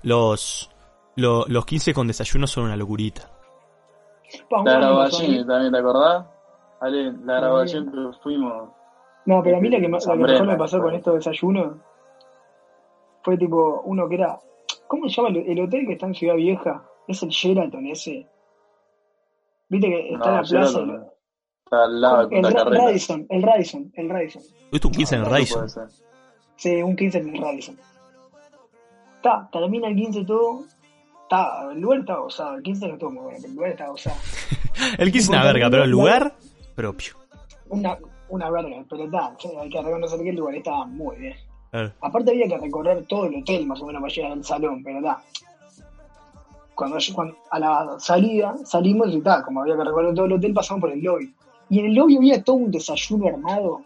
Los. lo- los 15 con desayuno son una locurita. Pa, La bueno, me pasó a mí. grabación también, ¿te acordás? Ale, la grabación que fuimos. No, Este pero a mí la que, ma- la que mejor me Hambrena. pasó con estos desayunos fue tipo uno que era. ¿Cómo se llama el, el hotel que está en Ciudad Vieja? Es el Sheraton ese. Viste que está en la No, yo plaza. no- está al lado de el Punta Ra- Carrera. Radisson, el Radisson, el Radisson. Tuviste un 15 en No el puede Ryzen. ser. Sí, un 15 en el Radisson. Ta, termina el 15 todo. Ta, el lugar estaba osado, el 15 no estuvo muy bueno, pero el lugar estaba osado. El 15 es una verga, pero el lugar propio. Una, una verga, pero ta, che, hay que reconocer que el lugar estaba muy bien. A ver. Aparte había que recorrer todo el hotel más o menos para llegar al salón, pero ta. Cuando, yo- cuando- a la salida salimos y ta, como había que recorrer todo el hotel, pasamos por el lobby. Y en el lobby había todo un desayuno armado,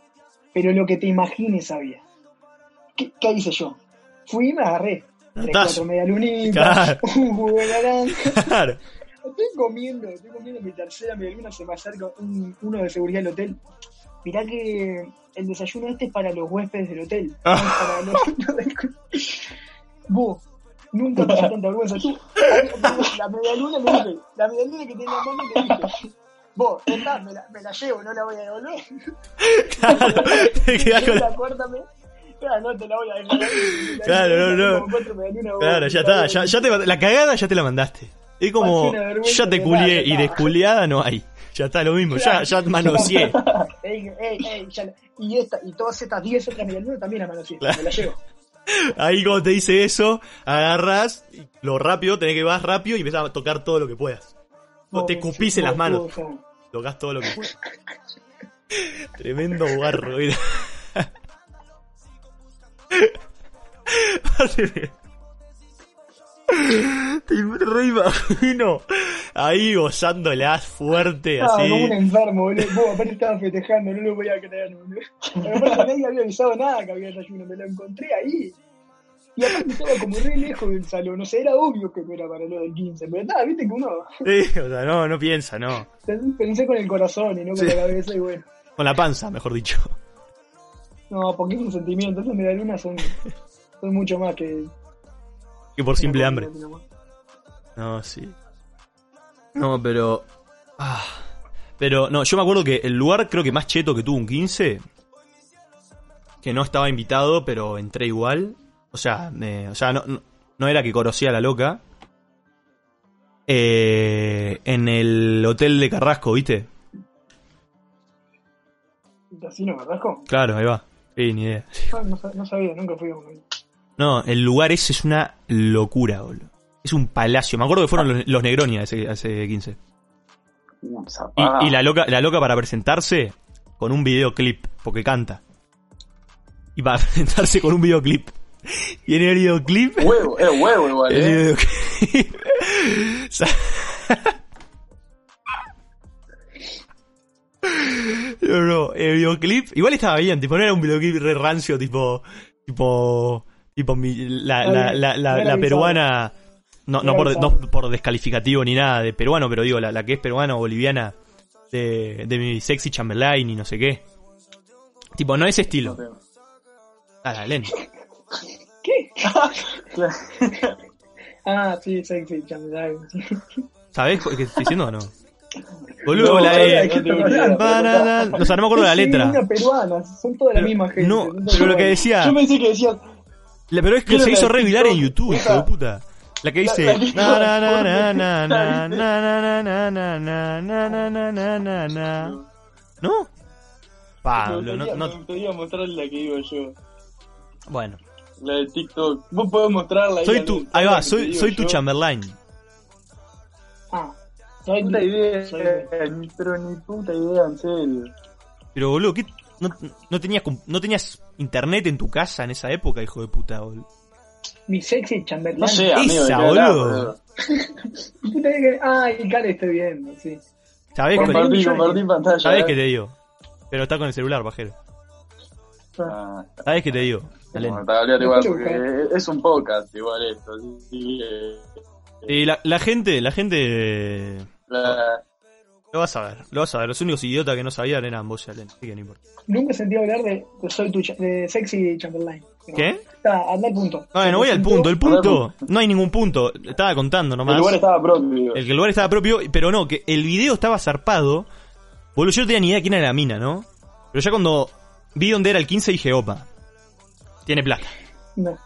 pero lo que te imagines había. ¿Qué, qué hice yo? Fui y me agarré. Tres, Estás- cuatro medialunitas, un jugo de naranja. Claro. Estoy comiendo, estoy comiendo mi tercera medialuna, se me acerca un- uno de seguridad del hotel. Mirá que el desayuno este es para los huéspedes del hotel. no es para los- no del cu- Vos, nunca pasé tanta vergüenza. Tú, la medialuna le dije, la medialuna que tenía en la mano le dije, vos, esta me la, me la llevo, no la voy a devolver. claro. Te quedás con la- Esta, córtame. Claro, no te la voy a dejar. ahí. Claro, no, no. Como cuatro medialunas, vos, Claro, ya está. Ya, ya te, la cagada ya te la mandaste. Es como. Pasé una vergüenza Ya te que culié nada, ya y de está. culiada no hay. Ya está lo mismo. Ya, ya manoseé. Ey, ey, ey, ya la- y, esta, y todas estas 10 otras medialunas también las manoseé, me las llevo. Ahí cuando te dice eso, agarras y lo rápido, tenés que vas rápido y empezás a tocar todo lo que puedas. No, te escupís en las manos. Tocás todo lo que puedas. Tremendo barro, mira. Aparte, me- Te re imagino ahí gozándolas fuerte, Estaba como así. Ah, un enfermo, boludo. Vos, aparte estaba festejando, no lo voy a creer, boludo. Pero aparte nadie había avisado nada que había desayuno, me lo encontré ahí. Y aparte estaba como re lejos del salón, o sea, era obvio que no era para lo del 15, pero nada, viste que uno Sí, o sea, no, no piensa, no. pensé con el corazón y no con Sí. la cabeza y bueno. Con la panza, mejor dicho. No, porque es un sentimiento, esas medialunas son, son mucho más que... Que por simple hambre. Pero No, sí. No, pero. ah, pero, no, yo me acuerdo que el lugar creo que más cheto que tuvo un 15. Que no estaba invitado, pero entré igual. O sea, eh, o sea no, no, no era que conocía a la loca. Eh, en el hotel de Carrasco, ¿viste? Así no me rasco. Claro, ahí va. Sí, ni idea. Ah, No, sa- no sabía, nunca fui a uno. No, el lugar ese es una locura, boludo. Es un palacio. Me acuerdo que fueron los, los Negroni a ese, a ese 15. Uh, Y, zapá. y la, loca, la loca para presentarse con un videoclip, porque canta. Y para presentarse con un videoclip. Y en el videoclip. Huevo, era huevo igual, el ¿eh? videoclip- sa- No, no, el videoclip. Igual estaba bien, tipo, no era un videoclip re rancio, tipo. Tipo. Tipo, mi- la, Está la- bien, la- la- me la avisaron. peruana, no, no, Me por, avisaron. no por descalificativo ni nada de peruano, pero digo, la, la que es peruana o boliviana de, de mi sexy Chamberlain y no sé qué. Tipo, no ese estilo. Ah, la Len. ¿Qué? Claro. ah, sí, sexy, chamberlain. ¿Sabés qué estoy diciendo o no? Boludo, No, la pará, de... no tengo ni idea, No, no, no, o sea, no me acuerdo la Sí, letra. una peruana, son todas la Pero- misma gente. no, son todas pero lo que iguales. decía- Yo pensé que decías, La, pero es que Creo se la hizo de revilar en TikTok, YouTube, esa. hijo de puta. La que dice. la que hizo "Na, na, na, na, na, na, la viste. na, na, na, na, na, na, na, na, na, na". ¿No? Ah, Pablo, me no, gustaría, no- me gustaría mostrar la que digo yo. Bueno. La de TikTok. Vos podés mostrarla. ahí Soy a tu. la- Ahí la va, que te soy, digo soy tu yo. Chamberlain. Ah, soy Puta idea, soy- ni- pero ni puta idea, en serio. Pero boludo, ¿qué? No, no tenías, com- no tenías internet en tu casa en esa época, hijo de puta, boludo. mi sexy chamberlain. No sé, amigo. Esa, de qué hablás, boludo. Puta que- Ah, el cara estoy viendo, sí. ¿Sabés, que- Compartí. Compartí, compartí pantalla. sabés eh. que te digo? Pero está con el celular, pajero. Ah, ¿Sabés que te digo? Alen? bueno, está, olvídate igual, Mucho porque es un podcast igual esto. eh, así que, Y Eh, la, la gente, la gente. eh, la- Lo vas a ver, lo vas a ver. Los únicos idiotas que no sabían eran vos y Alen. Así que no importa. Nunca sentí hablar de, de soy tu cha- de sexy chamberlain. No. ¿Qué? Está, anda al punto. No, no voy al punto. El punto. Hablamos. No hay ningún punto. Estaba contando nomás. El lugar estaba propio. El que el lugar estaba propio, pero no, que el video estaba zarpado. Boludo, yo no tenía ni idea quién era la mina, ¿no? Pero ya cuando vi dónde era el 15 dije, opa, tiene plata. No.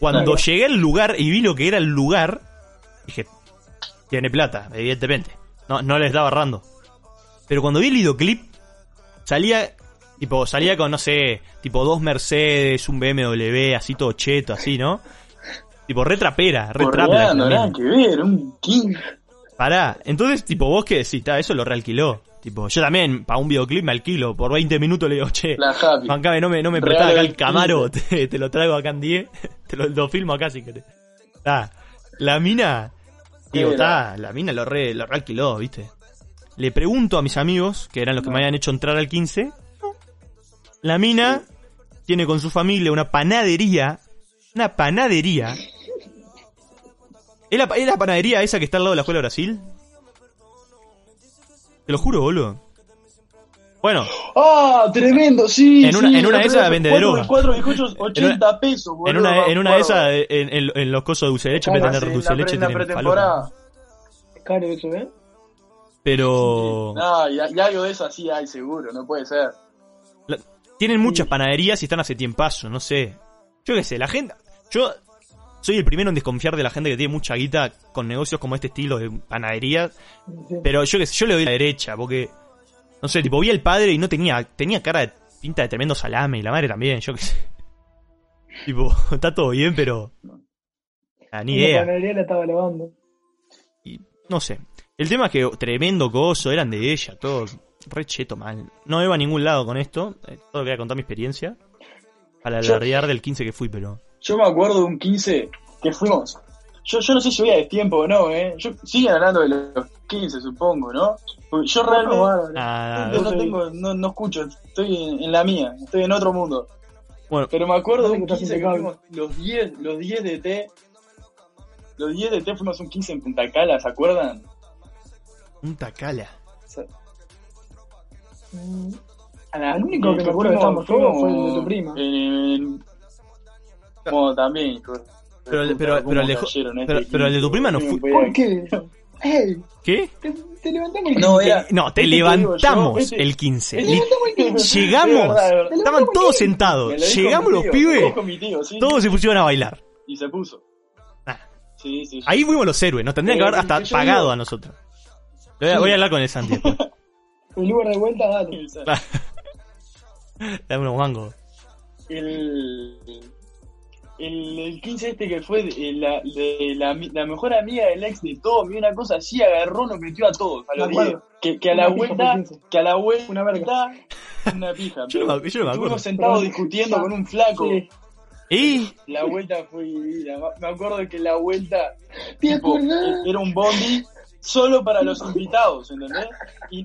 Cuando Claro. llegué al lugar y vi lo que era el lugar, dije, tiene plata, evidentemente. No, no le estaba barrando. Pero cuando vi el videoclip, salía, tipo, salía con, no sé, tipo dos Mercedes, un BMW, así todo cheto, así, ¿no? Tipo, retrapera, retrapera. Porreando, nada que ver, un king. Pará, entonces, tipo, vos que decís, "Ta, eso lo realquiló. Tipo, yo también, para un videoclip me alquilo, por 20 minutos le digo, che, La happy. bancame, no me, no me Real prestás acá el alquilo. camaro, te, te lo traigo acá en 10, te lo, lo filmo acá si querés. Ta, la mina, digo, Era. ta, la mina lo, re, lo realquiló, viste. Le pregunto a mis amigos, que eran los que me habían hecho entrar al 15, la mina tiene con su familia una panadería, una panadería. ¿Es la, es la panadería esa que está al lado de la escuela de Brasil? Te lo juro, boludo. Bueno, ¡Ah, tremendo! Sí, En una- sí, en una de esas vende cuatro- droga. Cuatro bizcochos, 80 pesos, boludo. en una, en una de me acuerdo. esas, en, en- en los cosos de dulce de leche, en vez de Ah, sí, tener dulce de en la leche, pre- en la tienen falopa. pretemporada. Es caro eso, ¿eh? Pero No, Ah, y, y algo de eso así hay seguro, no puede ser. la- tienen muchas panaderías y están hace tiempazo, no sé. Yo qué sé, la gente... Yo soy el primero en desconfiar de la gente que tiene mucha guita con negocios como este estilo de panadería. Sí. Pero yo qué sé, yo le doy la derecha, porque. No sé, tipo, vi al padre y no tenía. Tenía cara de pinta de tremendo salame y la madre también, yo qué sé. Tipo, está todo bien, pero. Ah, ni Una idea. panadería la estaba lavando. Y, no sé. El tema es que tremendo coso, eran de ella, todo. Re cheto mal. No iba a ningún lado con esto. eh, Todo quería contar mi experiencia. Para Yo- alardear del 15 que fui, pero. Yo me acuerdo de un 15 que fuimos. Yo, yo no sé si voy a destiempo o no, ¿eh? Yo, siguen hablando de los 15, supongo, ¿no? Porque yo realmente. Ah, No, tengo, no, no escucho, estoy en, en la mía, estoy en otro mundo. Bueno. Pero me acuerdo de un Estás 15 que impecable. fuimos, los 10, los 10 de T, los 10 de T fuimos un 15 en Punta Cala, ¿se acuerdan? un tacala. Se- Mm, a la- Al único que me acuerdo que fuimos- estábamos todos fue el de fuimos tu prima. En, como también, hijo de Pero- puta, pero- cómo pero el de- cayeron este pero- pero el de tu 15, prima no me fue- podía- ¿Por qué? ¡Ey! ¿Qué? Te, te levantamos el No, quince. era- No, te Este te digo levantamos yo, este- el 15. Te li- levantamos el quince. Llegamos. Es verdad, es verdad. Estaban todos Me sentados. lo dijo Llegamos mi los tío, me lo pibes. dijo mi tío, sí, Todos se pusieron a bailar. Y se puso. Ah. Sí, sí. Ahí fuimos los héroes. Nos tendrían que Pero haber hasta Eh, yo digo- pagado a nosotros. Voy a, voy a hablar con el Santi. después. El lugar de vuelta, dale. Dame unos mangos. el, el, el 15 este que fue de la, de la, mi- la mejor amiga del ex de todos, mira, una cosa así, agarró, nos metió a todos, a los Me acuerdo. 10. Que, que a Una la pija vuelta, por 15. que a la vuelta, Una una verga. pija. Yo no me ac- yo no me acuerdo. Estuvimos sentados Pero- discutiendo con un flaco. Sí. ¿Y? La vuelta fue divina. Me acuerdo que la vuelta ¿Te tipo, acordás? era un bondi. solo para los invitados, ¿entendés? Y, y-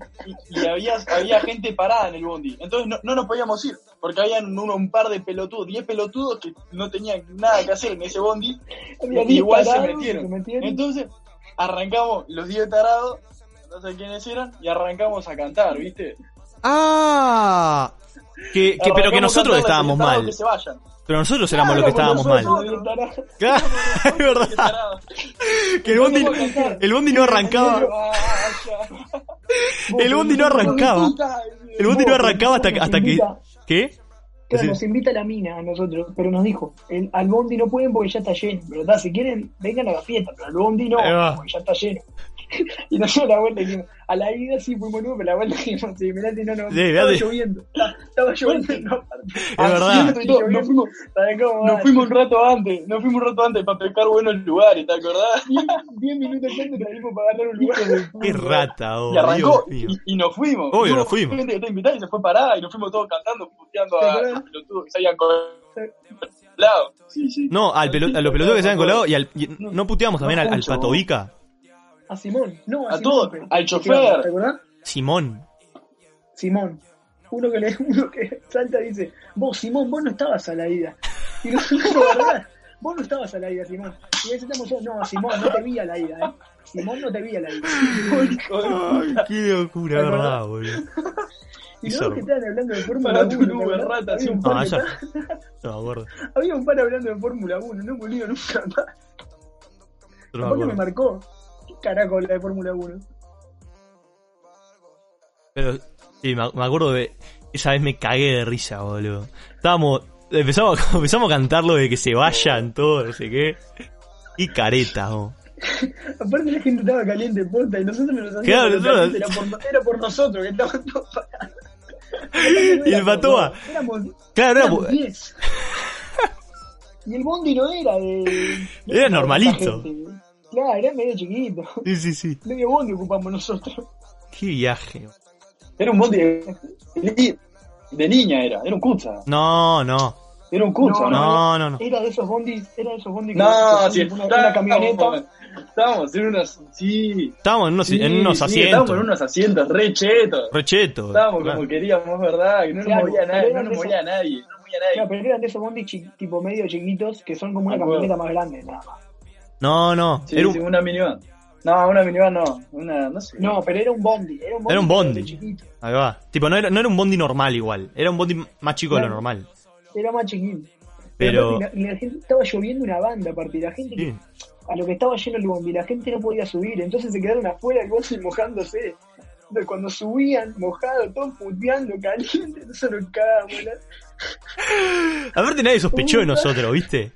y había, había gente parada en el bondi. Entonces no, no nos podíamos ir, porque habían uno, un par de pelotudos, 10 pelotudos que no tenían nada que hacer en ese bondi, Había y igual se disparados, metieron. se metieron. Entonces arrancamos los 10 tarados, no sé quiénes eran, y arrancamos a cantar, ¿viste? ¡Ah! Que, que- pero que Arrancamos a nosotros cantarles, estábamos "Tarados, mal. que se vayan". Pero nosotros éramos los que Claro, estábamos porque mal. nosotros éramos los Claro, es verdad. Tarados. Que el bondi, el bondi no arrancaba. Vaya. El bondi no arrancaba. El bondi no arrancaba hasta, que- hasta que. ¿Qué? Claro, Decir- nos invita la mina a nosotros, pero nos dijo, el, al Bondi no pueden porque ya está lleno, ¿verdad? Si quieren, vengan a la fiesta, pero al Bondi no, Ahí va. porque ya está lleno. y nosotros a la vuelta dijimos, a la ida sí fuimos nuevos, pero a la vuelta dijimos, sí, mirá, si no, no, Sí, estaba mirá, sí. lloviendo, ta- estaba lloviendo, no, Es Ah, verdad. y todo, nos fuimos, ¿sabes cómo va? Nos fuimos un rato antes, nos fuimos un rato antes para pescar buenos lugares, ¿te acordás? 10 minutos antes trajimos para ganar un lugar. Qué rata, oh, Y arrancó, Dios mío. y, y nos fuimos. Obvio, Y hubo nos fuimos. Gente que está invitada y se fue parada y nos fuimos todos cantando, puteando ¿Te a acordás? los pelotudos que se habían colado. Sí, sí. No, al pelo- a los pelotudos que se han colado y, al, y- no puteamos también al, al Mucho. patovica. A Simón, no, A Simón, todos, pero- al ¿Te chofer. acordás? Simón. Simón. Uno que le uno que salta y dice, vos Simón, vos no estabas a la ida. Y nosotros, ¿verdad? Vos no estabas a la ida, Simón. Y ahí estamos yo, no, Simón, no te vi a la ida, eh. Simón no te vi a la ida. Ay, qué locura, verdad, boludo. Y luego que estaban hablando de Fórmula Para tu 1. nube, ¿verdad? rata, había, un sí. par No, que eso. estaba- No, me acuerdo. había un par hablando de Fórmula 1, no me olvido nunca más. No me ¿Por qué me acuerdo. marcó? ¿Qué carajo la de Fórmula 1? Pero sí, me, me acuerdo de. Esa vez me cagué de risa, boludo. Estábamos. Empezamos, empezamos a cantarlo de que se vayan todos, no sé qué. Y careta, oh. Aparte la gente estaba caliente, posta, y nosotros nos hacíamos Claro, los nosotros- calientes, era, por, no- era por nosotros que estaban todos parados. Y el Patoa. Éramos Claro, era, Éramos 10. y el bondi no era de. no Era de normalito. gente. Claro, era medio chiquito. Sí, sí, sí. Medio bondi ocupamos nosotros. Qué viaje. boludo. Era un bondi de, de niña, era. Era un cucha. No, no. Era un cucha, ¿no? No, no, no. Era de esos bondis, era de esos bondis que- que No, ponen sí, una, una camioneta. Estábamos en unas. Sí. Estábamos en unos, sí, en unos sí, asientos. Estábamos en unos asientos re chetos. Recheto. Estábamos claro. como queríamos, ¿verdad? Que no nos Claro, movía pero nadie, no eran nos de movía esos- nadie. No nos movía Claro, nadie. pero eran de esos bondis chi- tipo medio chiquitos que son como una Ah, bueno. camioneta más grande, nada más. No, no. Sí, era un- sí, una minivan. No, una minivan no. Una, no sé. No, pero era un bondi. Era un bondi. Era un pero bondi. de chiquito. Ahí va. Tipo, no era, no era un bondi normal igual. Era un bondi más chico de lo Claro. normal. Era más chiquito. Pero- aparte la, la gente estaba lloviendo una banda, aparte. y La gente que Sí. a lo que estaba lleno el bondi, la gente no podía subir, entonces se quedaron afuera del bondi mojándose. Entonces, Cuando subían, mojados, todos puteando, caliente, nosotros nos cagábamos. la- Aparte nadie sospechó de nosotros, ¿viste?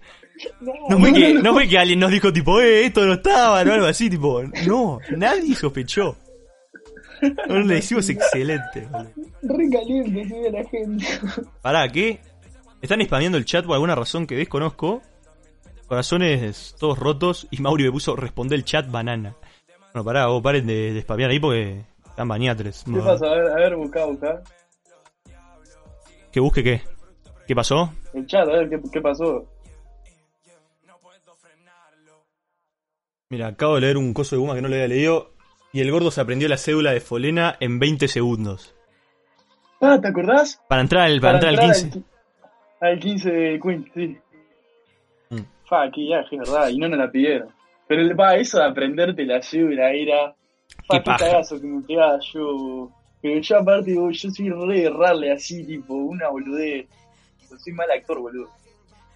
No, No fue, que, no fue que alguien nos dijo tipo, eh, esto no estaba o algo así, tipo, no, nadie sospechó. No le decimos excelente. boludo. Re caliente se ve la gente. Pará, ¿qué? Están expandiendo el chat por alguna razón que desconozco. Corazones todos rotos y Mauri me puso responde el chat banana. Bueno, pará, vos paren de, de spamear ahí porque están bañatres. ¿Qué pasa? A ver, a ver, buscá, buscá. Que busque qué. ¿Qué pasó? El chat, a ver qué, qué pasó. Mira, acabo de leer un coso de goma que no lo había leído. Y el gordo se aprendió la cédula de Folena en 20 segundos. Ah, ¿te acordás? Para entrar al, para entrar al 15. Al, qui- al 15 de Queen, sí. Mm. Fa, qué viaje, verdad. Y no nos la pidieron. Pero el- va, eso de aprenderte la lluvia era. Qué Fa, qué paja. cagazo que me pegaba yo. Pero yo, aparte, digo, yo soy re de errarle así, tipo, una boludez. Yo soy mal actor, boludo.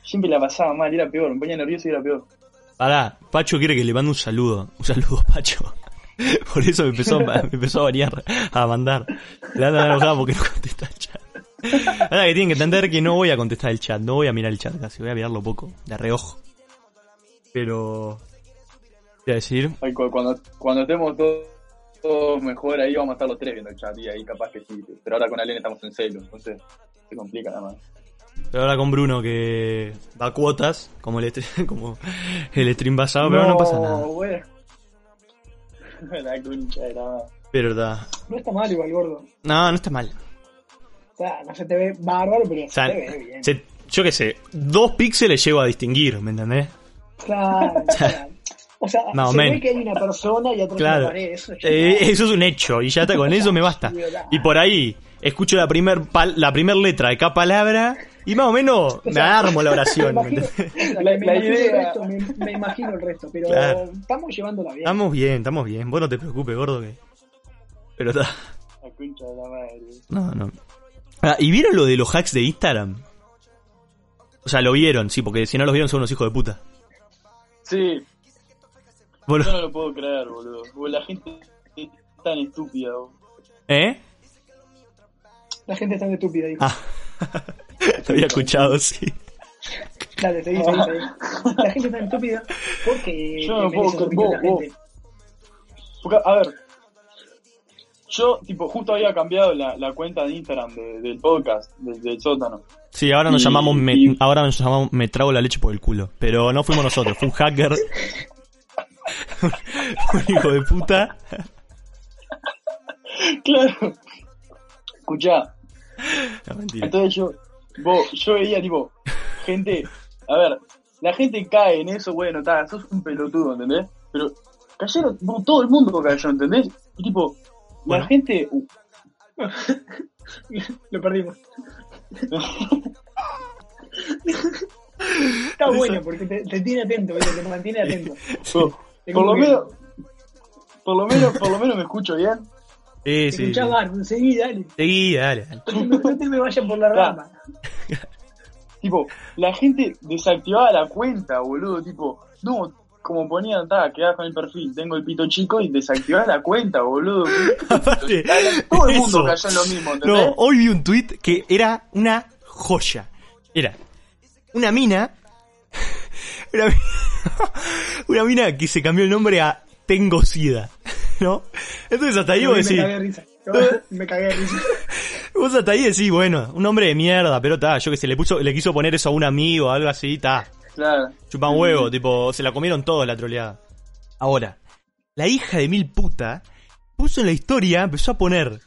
Siempre la pasaba mal, era peor. Me ponía nervioso y era peor. Pará, Pacho quiere que le mande un saludo. Un saludo, Pacho. Por eso me empezó, a- me empezó a variar, a mandar. Le van a dar enojado porque no contesta el chat. Ahora que tienen que entender que no voy a contestar el chat, no voy a mirar el chat casi, voy a mirarlo poco, de reojo. Pero. Voy a decir. Ay, cu- Cuando, cuando estemos todos, todos mejor, ahí vamos a estar los tres viendo el chat y ahí capaz que sí. Pero ahora con Alien estamos en celo, entonces se complica nada más. Pero ahora con Bruno que da cuotas, como el, estre- como el stream basado, pero no pasa nada. güey. La concha de la madre. Verdad. No está mal igual, gordo. No, no está mal. O sea, no se te ve bárbaro, pero O sea, se te ve bien. se- yo qué sé, dos píxeles llego a distinguir, ¿me entendés? Claro, claro. O sea, No, se men. ve que hay una persona y atrás de Claro. la pared. Eso es Eh, eso es un hecho y ya está, con eso me basta. Y por ahí escucho la primer pal- la primer letra de cada palabra y más o menos me armo la oración. ¿me imagino- entendés? o sea, La- que me la imagino el idea- resto, me, me imagino el resto, pero Claro. estamos llevándola bien. Estamos bien, estamos bien. Vos no te preocupes, gordo. Que... Pero está. La concha de la madre. No, no. Ah, ¿Y vieron lo de los hacks de Instagram? O sea, lo vieron, sí, porque si no los vieron son unos hijos de puta. Sí, Vos yo lo- no lo puedo creer, boludo. Porque La gente es tan estúpida, boludo. ¿Eh? La gente está estúpida, dijo. Ah. Te había escuchado, sí. Dale, seguí, seguí, seguí. La gente está estúpida porque Yo no merece puedo su creer, opinión vos, la vos. gente. Porque, a ver, yo, tipo, justo había cambiado la, la cuenta de Instagram de- del podcast, del, del sótano. Sí, ahora nos Y- llamamos me, y- ahora nos llamamos me trago la leche por el culo, pero no fuimos nosotros, fue un hacker. un hijo de puta. Claro. Escuchá, No, mentira. entonces yo, vos, yo veía, tipo, gente, a ver, la gente cae en eso, bueno, ta, sos un pelotudo, ¿entendés? Pero cayeron, vos, todo el mundo cayó, ¿entendés? Y, tipo, Bueno. la gente, Lo perdimos. Está bueno porque te, te tiene atento, ¿viste? te mantiene atento. Yo, por Es como lo que- menos, por lo menos, por lo menos me escucho bien. Sí, sí. sí. Escuchá, Bardo, seguí, dale. Seguí, dale, dale. No, no te me vayas por la Claro. rama. Tipo, la gente desactivaba la cuenta, boludo. Tipo, no, como ponían, ta, quedás con el perfil, tengo el pito chico y desactivaba la cuenta, boludo. Aparte, Todo el mundo eso. cayó en lo mismo, ¿entendés? No, hoy vi un tweet que era una joya. Era una mina. Una, mi- una mina que se cambió el nombre a Tengo Sida. ¿No? Entonces hasta ahí vos me decís. cagué de risa. Me cagué de risa. Vos hasta ahí decís, bueno, un hombre de mierda, pero ta, yo que se le puso, le quiso poner eso a un amigo, algo así, ta. Claro. Chupan huevo, tipo, se la comieron todos la troleada. Mm. Ahora, la hija de mil puta puso en la historia, empezó a poner.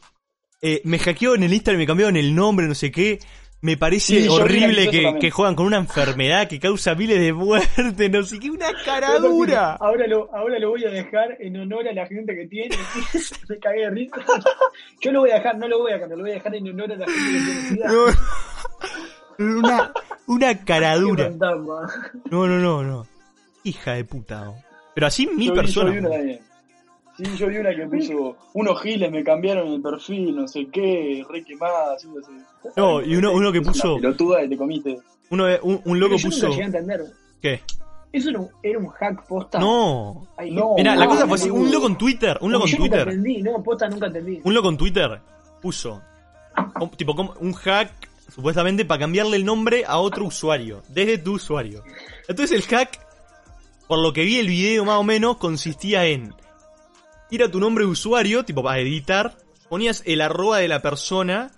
eh, me hackeó en el Instagram, me cambiaron el nombre, no sé qué. Me parece Sí, yo vi la que horrible hizo que, también. que juegan con una enfermedad que causa miles de muertes, no sé qué, una caradura. Ahora lo, ahora lo voy a dejar en honor a la gente que tiene. Me cagué de risa. Yo lo voy a dejar, no lo voy a cambiar, lo voy a dejar en honor a la gente que tiene sida. No. Una, una Qué caradura. fantasma. No, no, no, no. Hija de puta. oh. Pero así mil Yo vi- Yo personas. vi una boludo. también. Sí, yo vi una que puso, unos giles me cambiaron el perfil, no sé qué, re quemada, haciéndose. No, y uno- uno que Es una puso- Pelotuda y te comiste. Uno, eh, un, un loco Pero yo nunca puso. llegué a entender. ¿Qué? Eso era un, era un hack posta. No. Ay, No, Mira, la no, cosa no, fue así. no, Un no. loco en Twitter. Un loco Yo en nunca Twitter. entendí, no, posta nunca entendí. Un loco en Twitter puso. com- Tipo, como un hack. Supuestamente para cambiarle el nombre a otro usuario. Desde tu usuario. Entonces el hack. Por lo que vi el video más o menos. Consistía en. Ir a tu nombre de usuario. Tipo, para editar. Ponías el arroba de la persona.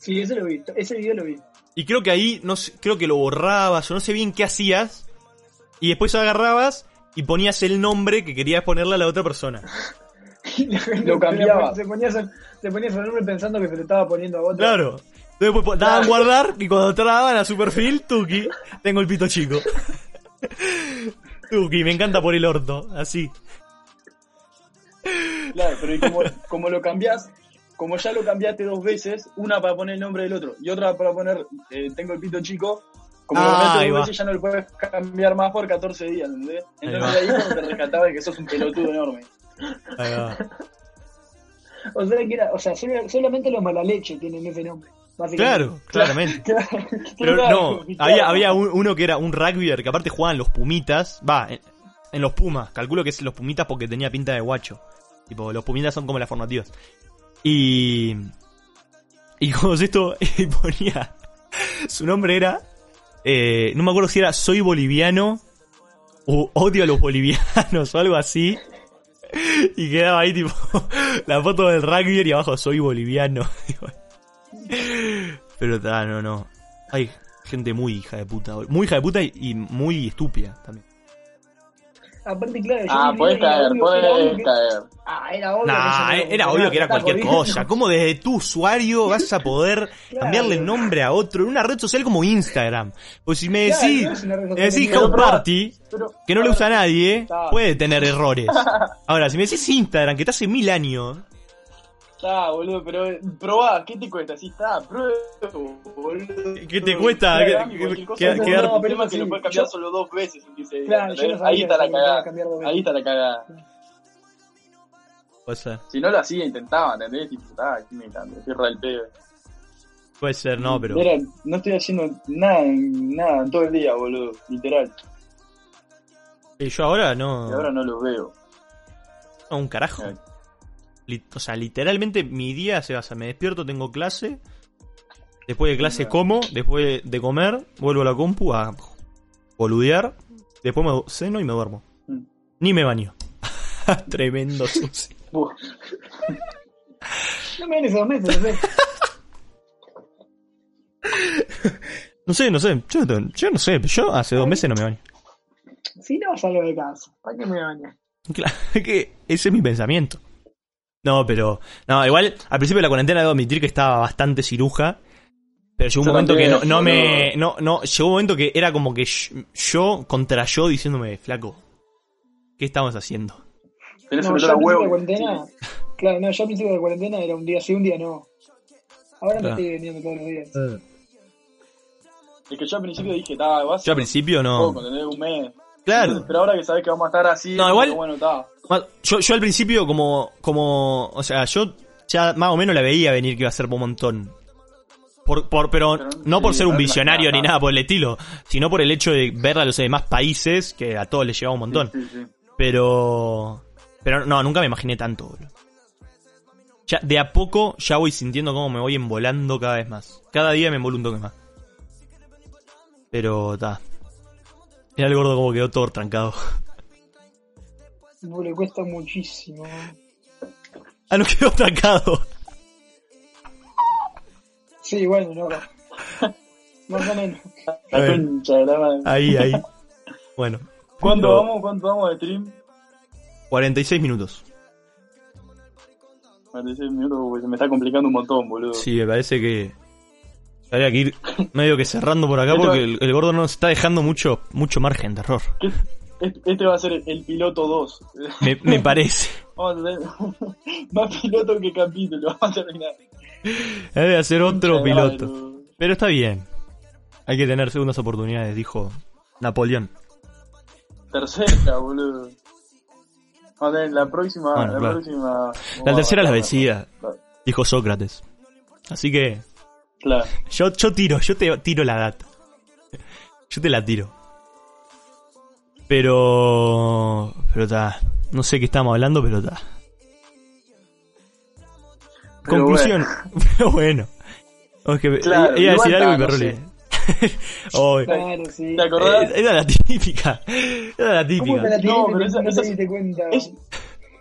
Sí, eso lo vi, ese video lo vi. Y creo que ahí, no sé, creo que lo borrabas o no sé bien qué hacías. Y después agarrabas y ponías el nombre que querías ponerle a la otra persona. La gente Lo cambiaba. Se ponía, su- se ponía su nombre pensando que se lo estaba poniendo a otro. Claro. Entonces pues, po- daban guardar y cuando traban a su perfil, Tuki, tengo el pito chico. Tuki, me encanta por el orto, así. Claro, pero y como, como lo cambiás, como ya lo cambiaste dos veces, una para poner el nombre del otro y otra para poner eh, tengo el pito chico, como Ah, lo ahí cambiaste va. dos veces ya no lo puedes cambiar más por 14 días, ¿entendés? Entonces ahí, cuando te rescatabas de que sos un pelotudo enorme. Ahí va. O sea, que era, o sea solo- solamente los malaleche tienen ese nombre. básicamente. Claro, claramente. Claro. Pero no, Claro. había, había un- uno que era un rugbyer que aparte jugaban los pumitas. Va, en, en los pumas. Calculo que es los pumitas porque tenía pinta de guacho. Tipo, los pumitas son como las formativas. Y. Y como esto, y ponía. Su nombre era. eh, no me acuerdo si era Soy Boliviano. O Odio a los Bolivianos o algo así. Y quedaba ahí, tipo, la foto del rugbyer y abajo Soy Boliviano. Pero ta, no, no. Hay gente muy hija de puta. bol- Muy hija de puta y, y muy estúpida también. Aparte, claro, yo Ah, vivía- podés era caer, obvio- era obvio podés que- caer. Ah, era obvio. Nah, que se eh, me era lo- obvio que era me estaba cualquier jodiendo. cosa. ¿Cómo desde tu usuario vas a poder cambiarle el nombre a otro en una red social como Instagram? Pues si me Claro, decís, no es una red me social decís que- House Pero- Party, Pero- que no lo usa nadie, Claro. puede tener errores. Ahora, si me decís Instagram, que está hace mil años, Está, boludo, pero eh, probá, ¿qué te cuesta? Sí, está, pruebo, boludo. ¿Qué te cuesta? ¿Qué- Instagram y qué- cualquier cosa. qué- No, qué- no, no, el tema pero es que sí, lo puedes cambiar yo- solo dos veces. en 15 días, Claro, yo no ¿entendés? sabía ahí está que la se podía cagada. cambiar dos veces. Ahí está la cagada. puede ser. Si no lo hacía, intentaba, ¿entendés? Tipo, está, aquí me cambio, cierra el pedo. Puede ser, no, pero... Era, no estoy haciendo nada, en- nada en todo el día, boludo, literal. eh, Yo ahora Y ahora no... no lo veo. no, un carajo. Eh, Li- O sea, literalmente mi día se basa, me despierto, tengo clase, después de clase como, después de comer, vuelvo a la compu a boludear, después me ceno y me duermo. Mm. Ni me baño. Tremendo sucio. buf. No me dan esos meses, no sé. No sé, no sé, yo, no- yo no sé, yo hace dos meses no me baño. Si no salgo de casa, ¿para qué me baño? Claro, es que ese es mi pensamiento. No, pero. No, igual, al principio de la cuarentena debo admitir que estaba bastante ciruja. Pero llegó un Yo momento que no, también, no yo me. No, no, llegó un momento que era como que yo, yo contra yo diciéndome, flaco, ¿qué estamos haciendo? Tenés No, un olor a yo al principio de huevo. cuarentena. Claro, no, yo al principio de cuarentena era un día sí, un día no. Ahora me Claro. estoy veniendo todos los días. Es que yo al principio dije, está, vas Yo al principio poco, no. tenés un mes. Claro. Pero ahora que sabés que vamos a estar así, No, igual- bueno, está. Yo, yo al principio, como. como O sea, yo ya más o menos la veía venir que iba a ser por un montón. Por, por, pero Pero, no por sí, ser no un es la visionario nada. ni nada por el estilo, sino por el hecho de ver a los demás países que a todos les llevaba un montón. Sí, sí, sí. Pero. Pero no, nunca me imaginé tanto, boludo. Ya, de a poco ya voy sintiendo cómo me voy envolando cada vez más. Cada día me envolo un toque más. Pero ta. Mira el gordo como quedó todo trancado. Le cuesta muchísimo. Ah, no quedó trancado. Sí, bueno, no. Más o menos. A La ver. concha de la madre. Ahí, ahí. Bueno. ¿Cuánto Pero- vamos? ¿Cuánto vamos de stream? 46 minutos. 46 minutos, porque se me está complicando un montón, boludo. Sí, me parece que. Habría que ir medio que cerrando por acá Esto- porque el, el gordo nos está dejando mucho, mucho margen de error. ¿Qué- Este este va a ser el piloto 2. Me, me parece. Vamos a tener más piloto que capítulo. Vamos a terminar. Eh, Debe hacer otro Concha de la madre, piloto. boludo. Pero está bien. Hay que tener segundas oportunidades, dijo Napoleón. Tercera, boludo. Vamos a tener la próxima. Bueno, la claro. próxima. La tercera es Vamos la a- vencida, dijo Sócrates. Así que Claro. yo, yo tiro, yo te tiro la data. Yo te la tiro. Pero... Pero está... No sé qué estamos hablando, pero está. Pero Conclusión. Pero bueno. O es que Claro, iba a decir igual algo y me está, rolé. no Ay, Claro, sí. ¿Te acordás? eh, Era la típica. Era la ¿Cómo típica. te la tiraste? No, pero esa- no esa- te diste cuenta. Es,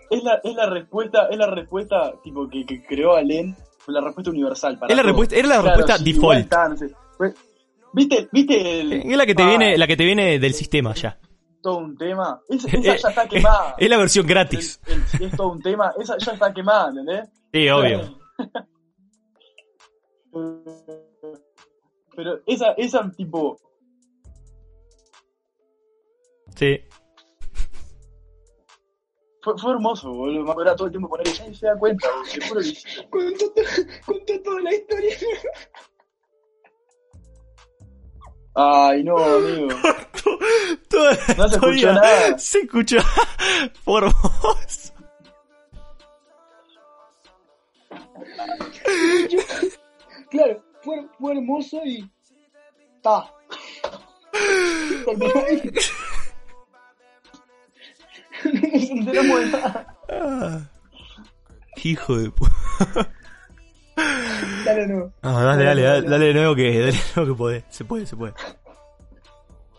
es, la, es la respuesta, es la respuesta tipo que, que creó Alén, la respuesta universal para Es la todo. respuesta- es la Claro, respuesta sí, default. igual está, no sé. Pues, ¿Viste, viste el, Es la que te ah, viene, la que te viene del sistema ya. todo un tema? Esa, esa Es, ya está quemada. es la versión gratis. El- el- es todo un tema, esa ya está quemada, ¿entendés? Sí, obvio. Pero esa, esa tipo, Sí. fue, fue hermoso, boludo. Me acordaba todo el tiempo poner ella y se da cuenta, boludo, te juro que sí. Contó, to- contó toda la historia. Ay, no, amigo. Toda No la se escuchó historia nada. Se escuchó por vos. Claro, fue, fue hermoso y. Ta. Terminó ahí. No nos enteramos de nada. Hijo de puta. Dale, no. Ah, dale, dale, dale, dale de nuevo que, dale de nuevo que podés. Se puede, se puede.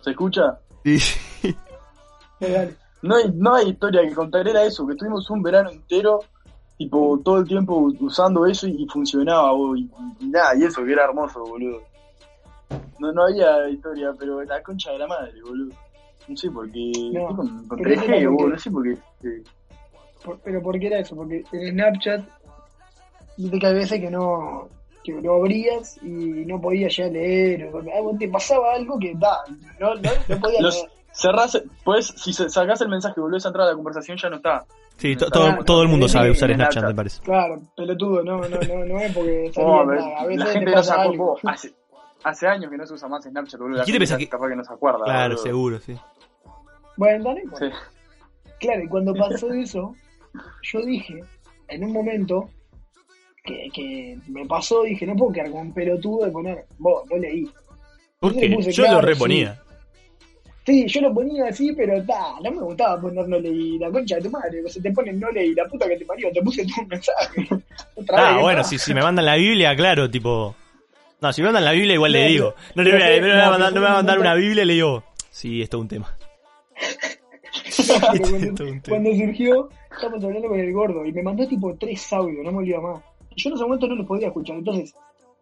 ¿Se escucha? Sí, sí. Dale, dale. No hay, no hay historia que contar, era eso, que tuvimos un verano entero, tipo, todo el tiempo usando eso y, y funcionaba, boludo, y, y nada, y eso, que era hermoso, boludo. No, no había historia, pero la concha de la madre, boludo. No sé, porque. No, estoy con- con pero no 3G, sé por boludo, qué. no sé por qué. eh, Por- pero ¿por qué era eso? Porque en Snapchat, viste que hay veces que no que lo abrías y no podías ya leer, o porque algo te pasaba algo que da, no, no, no podías Los leer. cerrás, pues si se- sacás el mensaje y volvés a entrar a la conversación ya no está. Sí, to- Ah, todo, todo el mundo sí, sabe usar en el Snapchat, Snapchat. me parece. Claro, pelotudo, no, no, no, no es porque salía Oh, a ver, nada, a veces la te gente no se pasa acu- algo. oh, hace, hace años que no se usa más Snapchat, boludo. La ¿Y quién te gente pensás que- capaz que no se acuerda. Claro, boludo. seguro, sí. Bueno, dale, pues. Sí. Claro, y cuando pasó eso, yo dije, en un momento que, que me pasó, dije, no puedo quedar como un pelotudo de poner, vos, no leí. ¿Por Yo qué? le puse Yo claro, lo reponía. Sí, yo lo ponía así, pero ta, no me gustaba poner no leí, la concha de tu madre, se te ponen no leí, la puta que te parió, te puse tú un mensaje. Otra Ah, vez, bueno, ¿no? si, si me mandan la Biblia, claro, tipo. No, si me mandan la Biblia, igual le No, digo. No, pero- le voy a- pero- no me va a mandar, pero- no me va a mandar pero- una Biblia, le digo. Sí, esto es un tema. Claro, Todo un cuando, tema. cuando surgió, estábamos hablando con el gordo y me mandó tipo tres audios, no me olvido más. Y yo en ese momento no los podía escuchar, entonces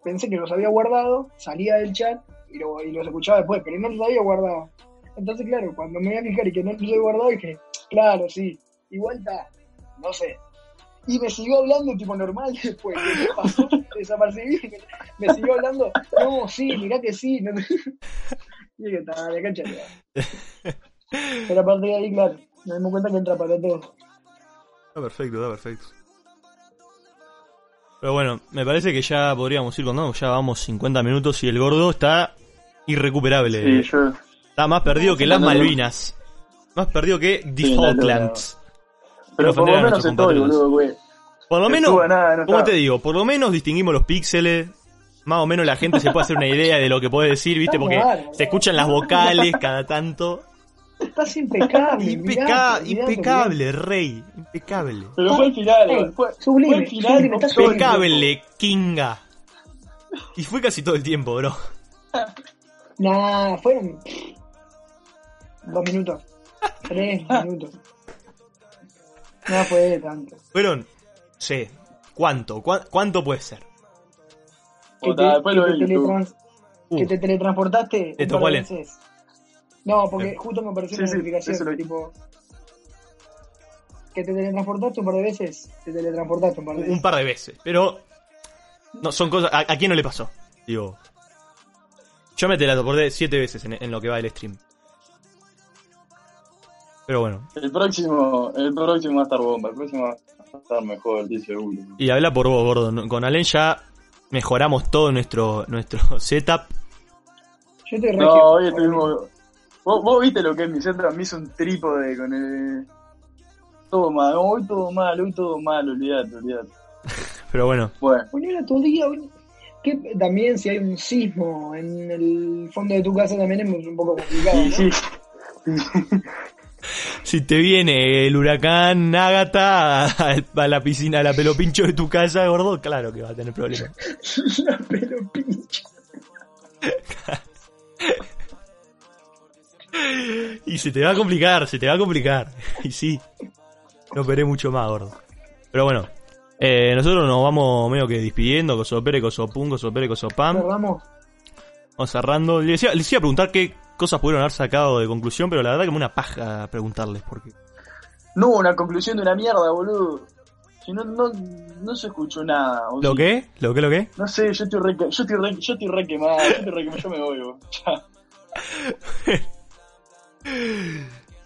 pensé que los había guardado, salía del chat y, lo- y los escuchaba después, pero no los había guardado. Entonces, claro, cuando me voy a fijar y que no los había guardado, dije, claro, sí, igual está, no sé. Y me siguió hablando tipo normal después, ¿qué pasó? Desapercibí, me, me siguió hablando, no, sí, mirá que sí. No, sé. y dije, dale, cancha. Pero a partir de ahí, claro, nos dimos cuenta que entra para todo. Está perfecto, está perfecto. Pero bueno, me parece que ya podríamos ir contando, ya vamos 50 minutos y el gordo está irrecuperable. Sí, yo. Está más perdido que las No, no, no. Malvinas. Más perdido que The Sí, no, no, no. Falklands. Pero por ofender lo a menos nuestros estoy, compatriotas. boludo, güey. Por lo Que menos, suba nada, no ¿cómo está. te digo? Por lo menos distinguimos los píxeles. Más o menos la gente se puede hacer una idea de lo que puede decir, ¿viste? Porque Claro. se escuchan las vocales cada tanto. Estás impecable. Impeca- mirá, mirá, impecable, rey. Impecable. Pero fue el mirá. final, Ey, fue, sublime, fue el final. sublime, estás fue- sublime. Impecable, kinga. Y fue casi todo el tiempo, bro. Nah, fueron pff, dos minutos, tres minutos. No fue tanto. Fueron, sé, ¿cuánto? ¿Cuá- ¿Cuánto puede ser? Que Puta, te, después lo que vi te en YouTube. teletrans- Uh, que te teletransportaste. ¿Te un tocó Eh. par de el- veces. No, porque justo me apareció Sí, una sí, notificación. eso lo vi. tipo, que te teletransportaste un par de veces. Te teletransportaste un par de un veces. par de veces. Pero, no, son cosas. ¿A, a quién no le pasó? Digo, yo me teletransporté siete veces en, en lo que va del stream. Pero bueno, El próximo, el próximo va a estar bomba, el próximo va a estar mejor, estoy seguro. y habla por vos, gordo. ¿no? Con Alen ya mejoramos todo nuestro, nuestro setup. Yo te No, hoy estuvimos. ¿Vos, vos viste lo que es mi centro, me hizo un trípode con el. Todo mal, hoy todo mal, hoy todo mal, olvidate, olvidate. Pero bueno, Bueno, Bueno, era tu día. hoy- Que también si hay un sismo en el fondo de tu casa también es un poco complicado. y ¿no? sí, si te viene el huracán Ágata a, a la piscina, a la pelopincho de tu casa, gordo, claro que va a tener problemas. La pelo pincha. Y se te va a complicar, se te va a complicar. Y sí, no operé mucho más, gordo. Pero bueno, eh, nosotros nos vamos medio que despidiendo, cosopere, cosopum, cosopere, cosopam. Cerramos. Vamos cerrando. Les iba, les iba a preguntar qué cosas pudieron haber sacado de conclusión, pero la verdad que me una paja preguntarles porque... No, una conclusión de una mierda, boludo. Si no, no, no se escuchó nada. o ¿Lo sí. qué? ¿Lo qué? ¿Lo qué? No sé, yo estoy re, que- yo estoy re, yo estoy re quemado, yo estoy re quemado, yo me voy, vos. Ya. Bueno.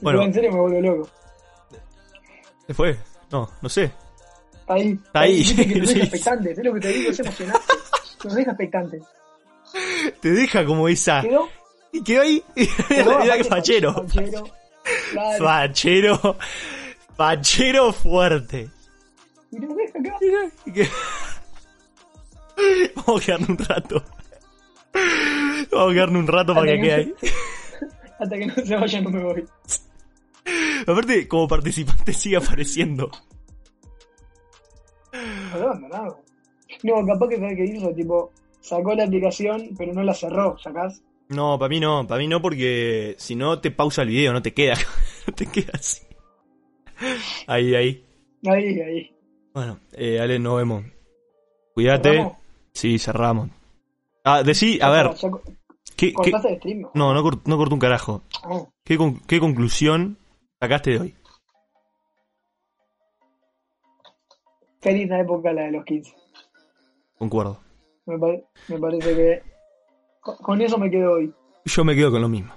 Bueno. en serio me vuelvo loco. ¿Se fue? No, no sé. Está ahí. Está ahí. Viste que nos Sí. deja expectantes. Es lo que te digo, es emocionante. Nos deja expectantes. Te deja como esa... Quedó. Y quedó ahí. quedó Ah. Mira que aparte, fachero. Fachero. Claro. Fachero. Fachero fuerte. Y nos deja acá. Mirá, que- Vamos a quedarnos un rato. Vamos a quedarnos un rato para que quede ahí. Hasta que no se vaya no me voy. Aparte, como participante sigue apareciendo. No lo abandonado. No, capaz que sabes qué hizo, tipo, sacó la aplicación, pero no la cerró, ¿sacás? No, para mí no, para mí no, porque si no te pausa el video, no te queda. No te queda así. Ahí, ahí. Ahí, ahí. Bueno, eh, Ale, nos vemos. Cuídate. Cerramos. Sí, cerramos. Ah, decí, a ver, Sacó- ¿Qué, qué- ¿Cortaste el stream? No, no, cort- no cortó un carajo. Oh, ¿Qué, con- ¿Qué conclusión sacaste de hoy? qué linda época la de los 15. Concuerdo. Me, pare- me parece que con, con eso me quedo hoy. Yo me quedo con lo mismo.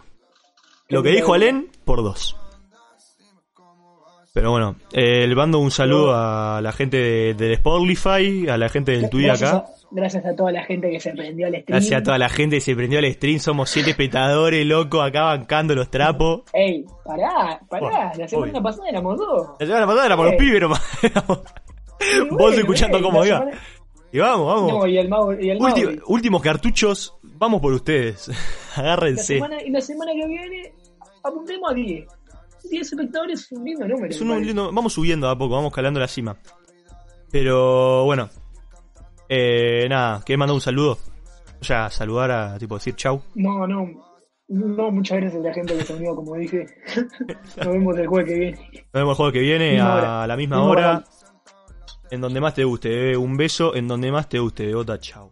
Lo que dijo Alén, por dos. Pero bueno, eh, le mando un saludo a la gente de- del Spotify, a la gente del Twitter gracias acá. A, gracias a toda la gente que se prendió al stream. Gracias a toda la gente que se prendió el stream. Somos siete espectadores, loco, acá bancando los trapos. Ey, pará, pará, Bueno, la semana obvio. pasada éramos dos. La semana pasada éramos los Eh. pibes nomás. Éramos- Y Vos bueno, escuchando ey, cómo la iba. semana- Y vamos, vamos. No, y el Mau, y el Ulti- Mauri. últimos cartuchos, vamos por ustedes. La Agárrense. semana, y la semana que viene apuntemos a 10. 10 espectadores es un lindo número. Es me un parece. lindo- vamos subiendo a poco, vamos calando la cima. Pero bueno. Eh, nada, ¿querés mandar un saludo? O sea, saludar a tipo decir chau. No, no. No, muchas gracias a la gente que se unió, como dije. Nos vemos el jueves que viene. Nos vemos el juego que viene Misma a hora. la misma Misma hora. hora. En donde más te guste, bebé. Un beso en donde más te guste, bebota. Chau.